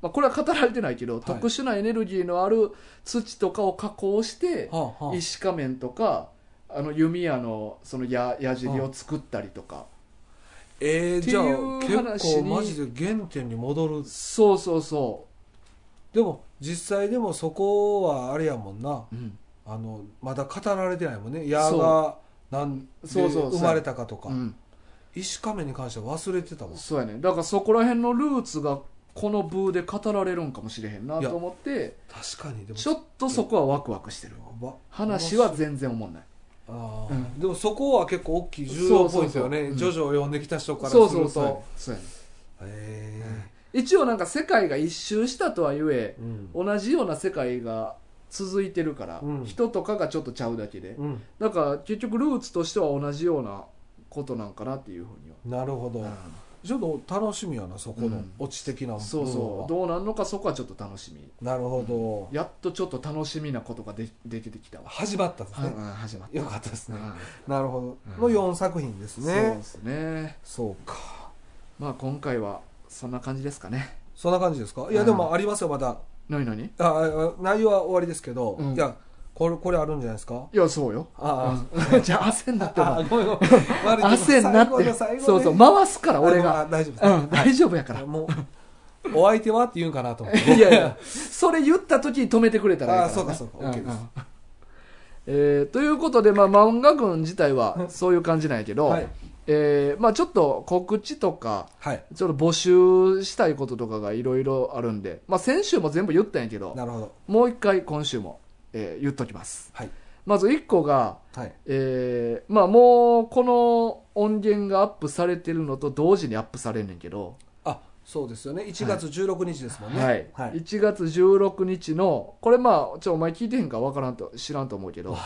Speaker 1: まあ、これは語られてないけど、
Speaker 2: い
Speaker 1: 特殊なエネルギーのある土とかを加工して
Speaker 2: はあはあ
Speaker 1: 石仮面とかあの弓矢のその矢矢尻を作ったりとか、
Speaker 2: えー、
Speaker 1: って
Speaker 2: じゃあ
Speaker 1: いう話
Speaker 2: 結
Speaker 1: に
Speaker 2: 構マジで原点に戻る
Speaker 1: そうそうそ
Speaker 2: でも実際でもそこはあれやもんな
Speaker 1: う、うん
Speaker 2: あのまだ語られてないもんね矢が
Speaker 1: そ
Speaker 2: なんで
Speaker 1: そうそうそう
Speaker 2: 生まれたかとか
Speaker 1: うん
Speaker 2: 石亀に関しては忘れてたもん
Speaker 1: そうやねだからそこら辺のルーツがこの部で語られるんかもしれへんない
Speaker 2: や
Speaker 1: と思って
Speaker 2: 確かにでも
Speaker 1: ちょっとそこはワクワクしてる
Speaker 2: わ
Speaker 1: 話は全然思んない
Speaker 2: あ
Speaker 1: う
Speaker 2: ー
Speaker 1: ん
Speaker 2: でもそこは結構大きい重要ポイント
Speaker 1: そうそ
Speaker 2: よね
Speaker 1: うそううん
Speaker 2: ジョジョを読んできた人からする
Speaker 1: そ
Speaker 2: と
Speaker 1: うそうそうそうやね
Speaker 2: へ
Speaker 1: 一応なんか世界が一周したとはゆえ
Speaker 2: えうん
Speaker 1: 同じような世界が続いてるから、
Speaker 2: うん
Speaker 1: 人とかがちょっとちゃうだけで、
Speaker 2: うん
Speaker 1: だから結局ルーツとしては同じようなことなんかなっていうふうには、
Speaker 2: なるほど
Speaker 1: う
Speaker 2: ちょっと楽しみやなそこ
Speaker 1: う
Speaker 2: の
Speaker 1: ん
Speaker 2: オチ的なん
Speaker 1: そうそう
Speaker 2: 部分は
Speaker 1: どうなんのかそこはちょっと楽しみ
Speaker 2: なるほど
Speaker 1: やっとちょっと楽しみなことがでできてきたわ、
Speaker 2: 始まったんです
Speaker 1: は
Speaker 2: ね
Speaker 1: い始まった、
Speaker 2: よかったですね
Speaker 1: うん
Speaker 2: なるほ
Speaker 1: う
Speaker 2: どの
Speaker 1: ん
Speaker 2: 4作品です
Speaker 1: そうで
Speaker 2: ね
Speaker 1: すね
Speaker 2: そうか
Speaker 1: まあ今回はそんな感じですかね
Speaker 2: そんな感じですかいやでもありますよまだ
Speaker 1: 何何
Speaker 2: ああ内容は終わりですけど
Speaker 1: うん
Speaker 2: いやこれこれあるんじゃないですか
Speaker 1: いやそうよ
Speaker 2: あ
Speaker 1: うんじゃあ焦んなってお前
Speaker 2: あごめんごめん悪い
Speaker 1: 汗になっ
Speaker 2: 最後
Speaker 1: て
Speaker 2: の最後で
Speaker 1: そうそう回すから俺
Speaker 2: あ
Speaker 1: が
Speaker 2: 大丈夫です
Speaker 1: う
Speaker 2: ね
Speaker 1: ん大丈夫やから
Speaker 2: もう、お相手はって言うんかなと思っ て。
Speaker 1: いやいやそれ言った時に止めてくれたらいいから
Speaker 2: あそうかそうか OK です
Speaker 1: んえーということで、まあ、漫画軍自体はそういう感じなんやけど、
Speaker 2: はい
Speaker 1: えーまあ、ちょっと告知とか
Speaker 2: はい。
Speaker 1: ちょっと募集したいこととかがいろいろあるんで、まあ、先週も全部言ったんやけど
Speaker 2: なるほど。
Speaker 1: もう一回今週も、えー言っときます
Speaker 2: はい。
Speaker 1: まず1個が
Speaker 2: はい。
Speaker 1: えーまあもうこの音源がアップされてるのと同時にアップされんねんけど、
Speaker 2: あ、そうですよね。1月16日ですもんね。
Speaker 1: はい
Speaker 2: はい。
Speaker 1: 1月16日のこれまあちょお前聞いてへんかわからんと知らんと思うけど、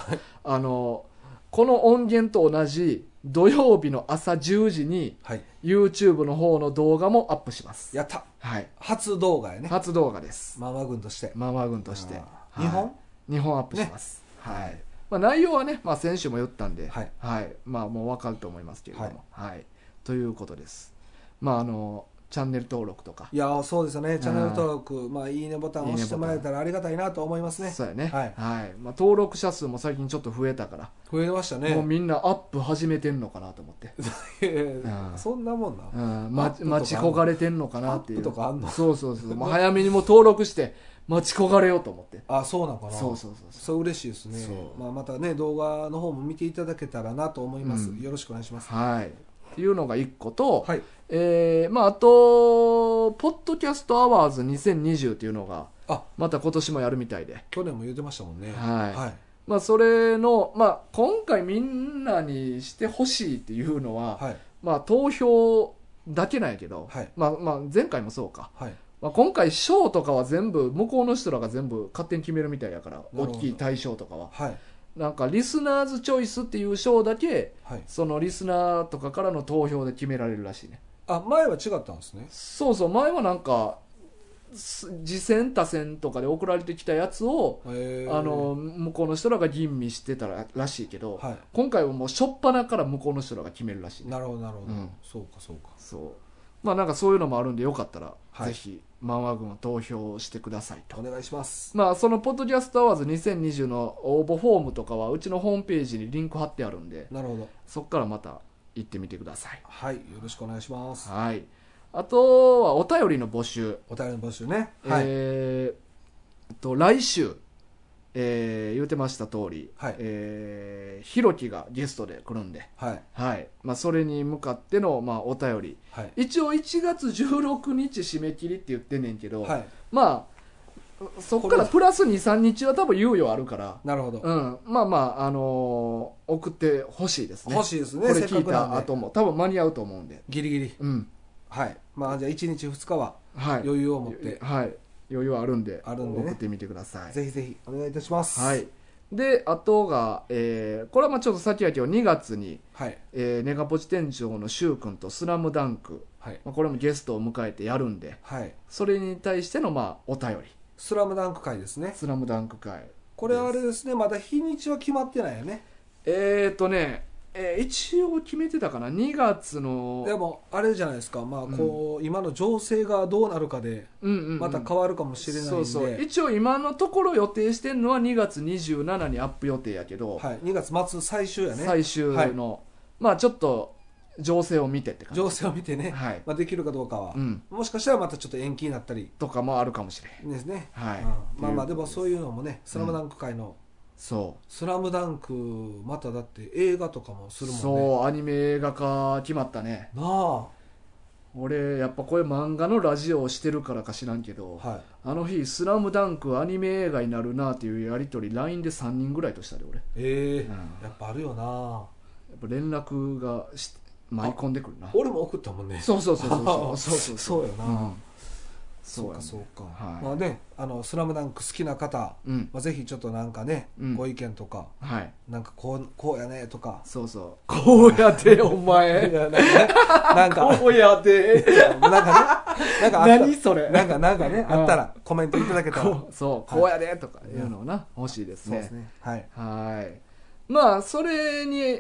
Speaker 1: あのこの音源と同じ土曜日の朝10時に
Speaker 2: はい。
Speaker 1: YouTube の方の動画もアップします、
Speaker 2: やった。
Speaker 1: はい、
Speaker 2: 初動画やね。
Speaker 1: 初動画です
Speaker 2: ママ軍として。
Speaker 1: ママ軍として、
Speaker 2: あー
Speaker 1: はい
Speaker 2: 日本
Speaker 1: 日本アップします、
Speaker 2: は
Speaker 1: はいいまあ、内容はね、まあ、先週も言ったんで、
Speaker 2: はい
Speaker 1: まあ、もう分かると思いますけれども、はいということです、まあ、あのチャンネル登録とか、
Speaker 2: いや、そうですよね。チャンネル登録、まあ、いいねボタン押してもらえたらありがたいなと思いますね。
Speaker 1: そうやね、
Speaker 2: はい
Speaker 1: まあ、登録者数も最近ちょっと増えたから、
Speaker 2: 増えました
Speaker 1: もう
Speaker 2: ね。
Speaker 1: みんなアップ始めてんのかなと思って、 うん
Speaker 2: そんなもんな
Speaker 1: う。ん、
Speaker 2: アッ
Speaker 1: ま
Speaker 2: プとか
Speaker 1: 待ち焦がれてんのかなっていう
Speaker 2: アップとかあんの
Speaker 1: そうそうそうもう早めにもう登録して待ち焦がれようと思って
Speaker 2: あ、そうなのかな。
Speaker 1: そうそうそうそう
Speaker 2: そう嬉しいです
Speaker 1: そ
Speaker 2: ね
Speaker 1: う。
Speaker 2: まあ、またね、動画の方も見ていただけたらなと思います
Speaker 1: う。ん
Speaker 2: よろしくお願いします。
Speaker 1: はいっていうのが一個と、
Speaker 2: はい。
Speaker 1: えーまあ、あと、ポッドキャストアワーズ2020っていうのが、
Speaker 2: あ
Speaker 1: また今年もやるみたいで
Speaker 2: 去年も言ってましたもんね
Speaker 1: はい
Speaker 2: はい
Speaker 1: まあそれの、まあ、今回みんなにしてほしいっていうのは、
Speaker 2: はい
Speaker 1: まあ投票だけなんやけど、
Speaker 2: はい
Speaker 1: まあまあ前回もそうか、
Speaker 2: はい
Speaker 1: まあ、今回賞とかは全部向こうの人らが全部勝手に決めるみたいやから
Speaker 2: ほ
Speaker 1: 大
Speaker 2: ど
Speaker 1: きい大賞とかは
Speaker 2: はい
Speaker 1: なんかリスナーズチョイスっていう賞だけ
Speaker 2: はい
Speaker 1: そのリスナーとかからの投票で決められるらしいね
Speaker 2: あ前は違ったんですね
Speaker 1: そうそう前はなんかす次戦他戦とかで送られてきたやつを
Speaker 2: へー
Speaker 1: あの向こうの人らが吟味してたららしいけど、
Speaker 2: は
Speaker 1: 今回はもう初っ端から向こうの人らが決めるらしい
Speaker 2: いなるほどなるほ
Speaker 1: う
Speaker 2: ど
Speaker 1: ん
Speaker 2: そうかそうか
Speaker 1: そうまあなんかそういうのもあるんでよかったら、
Speaker 2: はい
Speaker 1: ぜひ漫画軍を投票してくださいと
Speaker 2: お願いします
Speaker 1: まあそのポッドキャストアワーズ2020の応募フォームとかはうちのホームページにリンク貼ってあるんで
Speaker 2: なるほど
Speaker 1: そっからまた行ってみてください
Speaker 2: はいよろしくお願いします
Speaker 1: はいあとはお便りの募集、
Speaker 2: お便りの募集ねはい
Speaker 1: えーっと来週えー言うてました通り、
Speaker 2: はい
Speaker 1: えーひろきがゲストで来るんで、
Speaker 2: はい
Speaker 1: はいまあ、それに向かっての、まあ、お便り
Speaker 2: はい
Speaker 1: 一応1月16日締め切りって言ってんねんけど、
Speaker 2: はい
Speaker 1: まあそっからプラス23日は多分猶予あるから、
Speaker 2: なるほど
Speaker 1: うん、まあまあ、あのー送ってほしいですね
Speaker 2: 欲しいですね
Speaker 1: これ
Speaker 2: せっ
Speaker 1: 聞
Speaker 2: か
Speaker 1: い
Speaker 2: くなん
Speaker 1: た
Speaker 2: で
Speaker 1: 後も多分間に合うと思うんで
Speaker 2: ギリギリ
Speaker 1: うん
Speaker 2: はいまあじゃあ1日2日は
Speaker 1: はい
Speaker 2: 余裕を持って
Speaker 1: はい、余裕はあるんで
Speaker 2: あるんでね
Speaker 1: 送ってみてください
Speaker 2: ぜひぜひお願いいたします
Speaker 1: はいであとが、えーこれはまあちょっと先やけど2月に、
Speaker 2: はい
Speaker 1: えーネガポジ店長の柊君と「スラムダンク
Speaker 2: はい
Speaker 1: まあこれもゲストを迎えてやるんで
Speaker 2: はい
Speaker 1: それに対してのまあお便り
Speaker 2: 「スラムダンク会で
Speaker 1: 「
Speaker 2: すね
Speaker 1: スラムダンク会
Speaker 2: これはあれですねまだ日にちは決まってないよね
Speaker 1: えーとね、えー一応決めてたかな2月の
Speaker 2: でもあれじゃないですかまあこう、今の情勢がどうなるかで
Speaker 1: うんうんうん
Speaker 2: また変わるかもしれないんで、
Speaker 1: そうそう一応今のところ予定してるのは2月27にアップ予定やけど、
Speaker 2: はい、2月末最終やね
Speaker 1: 最終の、まあちょっと情勢を見てって感じ
Speaker 2: 情勢を見てね、
Speaker 1: はい
Speaker 2: まあ、できるかどうかは、
Speaker 1: うん
Speaker 2: もしかしたらまたちょっと延期になったり
Speaker 1: とかもあるかもしれん
Speaker 2: ですね、
Speaker 1: はい
Speaker 2: うんまあまあ
Speaker 1: っていう
Speaker 2: でもそういうのもね「スラムダンク界の
Speaker 1: そ
Speaker 2: 「スラムダンクまただって映画とかもす
Speaker 1: う
Speaker 2: るもんね
Speaker 1: そうアニメ映画化決まったね
Speaker 2: なあは
Speaker 1: 俺やっぱこれ漫画のラジオをしてるからか知らんけど、
Speaker 2: い
Speaker 1: あの日「スラムダンクアニメ映画になるなっていうやり取り LINE で3人ぐらいとしたで俺や
Speaker 2: ええ
Speaker 1: うん
Speaker 2: やっぱあるよな
Speaker 1: っぱ連絡がし舞い込んでくるな
Speaker 2: 俺も送ったもんね
Speaker 1: そうそうそうそうそう そう
Speaker 2: そ
Speaker 1: そうう
Speaker 2: よな、
Speaker 1: うん
Speaker 2: そ
Speaker 1: そううや
Speaker 2: か
Speaker 1: ね
Speaker 2: そうか、
Speaker 1: はい
Speaker 2: まあねあの「スラムダンク好きな方、
Speaker 1: うん
Speaker 2: まあ、ぜひちょっとなんかね、
Speaker 1: うん
Speaker 2: ご意見とか
Speaker 1: はい
Speaker 2: なんかこうこうやねとか
Speaker 1: そうそうこうやってお前
Speaker 2: いやなんかね、
Speaker 1: こうやって
Speaker 2: なんか、なんかね、なんかあった
Speaker 1: 何それ
Speaker 2: なんか、なんかね、
Speaker 1: ん
Speaker 2: あったら、コメントいただけたら。
Speaker 1: こうそうこうやでとかいうのをな欲しいです
Speaker 2: そうで
Speaker 1: ね
Speaker 2: すね。はい。
Speaker 1: はいまあそれに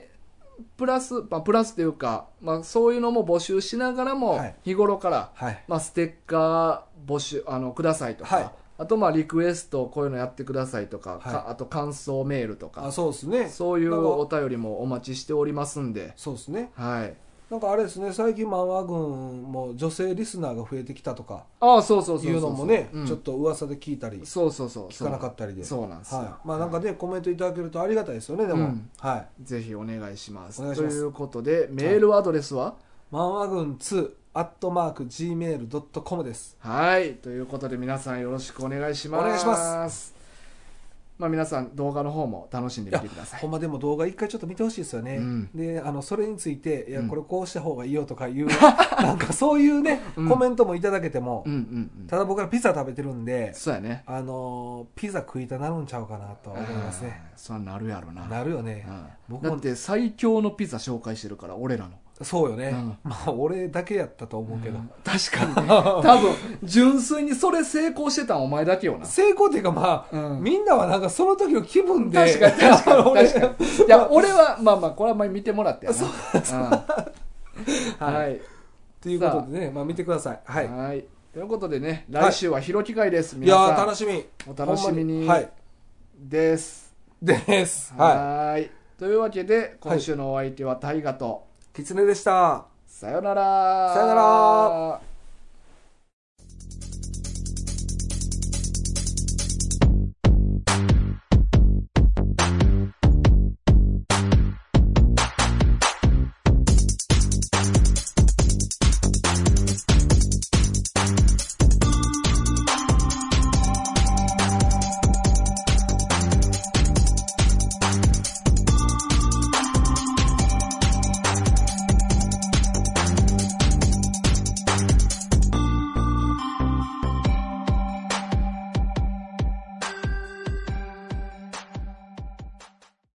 Speaker 1: プラス、まあ、プラスというか、まあ、そういうのも募集しながらも
Speaker 2: はい
Speaker 1: 日頃から、
Speaker 2: はい。
Speaker 1: まあ、ステッカー募集あのくださいとか、
Speaker 2: はい
Speaker 1: あとまあリクエストこういうのやってくださいとか,、か
Speaker 2: は
Speaker 1: あと感想メールと
Speaker 2: あ、
Speaker 1: か
Speaker 2: そうですね。
Speaker 1: そういう
Speaker 2: なんか
Speaker 1: お便りもお待ちしておりますんで
Speaker 2: そうですね。
Speaker 1: はい
Speaker 2: なんかあれですね、最近、漫画軍も女性リスナーが増えてきたとか、
Speaker 1: ああそうそうそう
Speaker 2: い
Speaker 1: そう
Speaker 2: うのもね、
Speaker 1: うん
Speaker 2: ちょっと噂で聞いたり、
Speaker 1: そうそうそう
Speaker 2: 聞かなかったりで。
Speaker 1: そうなんですよ
Speaker 2: はい。まあ、なんかね、コメントいただけるとありがたいですよね、で
Speaker 1: う
Speaker 2: も
Speaker 1: ん。
Speaker 2: はい。
Speaker 1: ぜひお願いします
Speaker 2: お願いします
Speaker 1: ということでメールアドレスは
Speaker 2: 漫画軍2、アットマーク、gmail.com です。
Speaker 1: はいということで皆さんよろしくお願いします
Speaker 2: お願いします
Speaker 1: まあ皆さん動画の方も楽しんでみてください
Speaker 2: ほんまでも動画一回ちょっと見てほしいですよね、
Speaker 1: うん
Speaker 2: であのそれについていや
Speaker 1: うん
Speaker 2: これこうした方がいいよと かいう、なんかそういうね、
Speaker 1: うん
Speaker 2: コメントもいただけても、
Speaker 1: うんうんう
Speaker 2: ただ僕らピザ食べてるんで
Speaker 1: んそうやね
Speaker 2: あのーピザ食いたなるんちゃうかなとは思いますね
Speaker 1: あーそうなるやろな
Speaker 2: なるよね、
Speaker 1: うん、
Speaker 2: 僕
Speaker 1: だ
Speaker 2: も
Speaker 1: って最強のピザ紹介してるから俺らの
Speaker 2: そうよね、
Speaker 1: うん
Speaker 2: まあ俺だけやったと思うけど、
Speaker 1: 確かにね 多分純粋にそれ成功してたんお前だけよな
Speaker 2: 成功っていうかまあ、
Speaker 1: うん
Speaker 2: みんなはなんかその時の気分で
Speaker 1: 確かに確かに
Speaker 2: 俺
Speaker 1: 確かにいや俺はまあまあこれは前見てもらってやな うんはい
Speaker 2: ということでねまあ見てくださいはい、
Speaker 1: はい。ということでね、
Speaker 2: はい
Speaker 1: 来週は広機会です。
Speaker 2: い
Speaker 1: 皆
Speaker 2: やー
Speaker 1: さ
Speaker 2: 楽
Speaker 1: ん
Speaker 2: しみ
Speaker 1: お楽しみ
Speaker 2: ほん
Speaker 1: に
Speaker 2: まはい
Speaker 1: です。
Speaker 2: ですはい
Speaker 1: はーい。というわけで、今週のお相手は大河と、
Speaker 2: キツネでした
Speaker 1: さよなら。
Speaker 2: さよなら。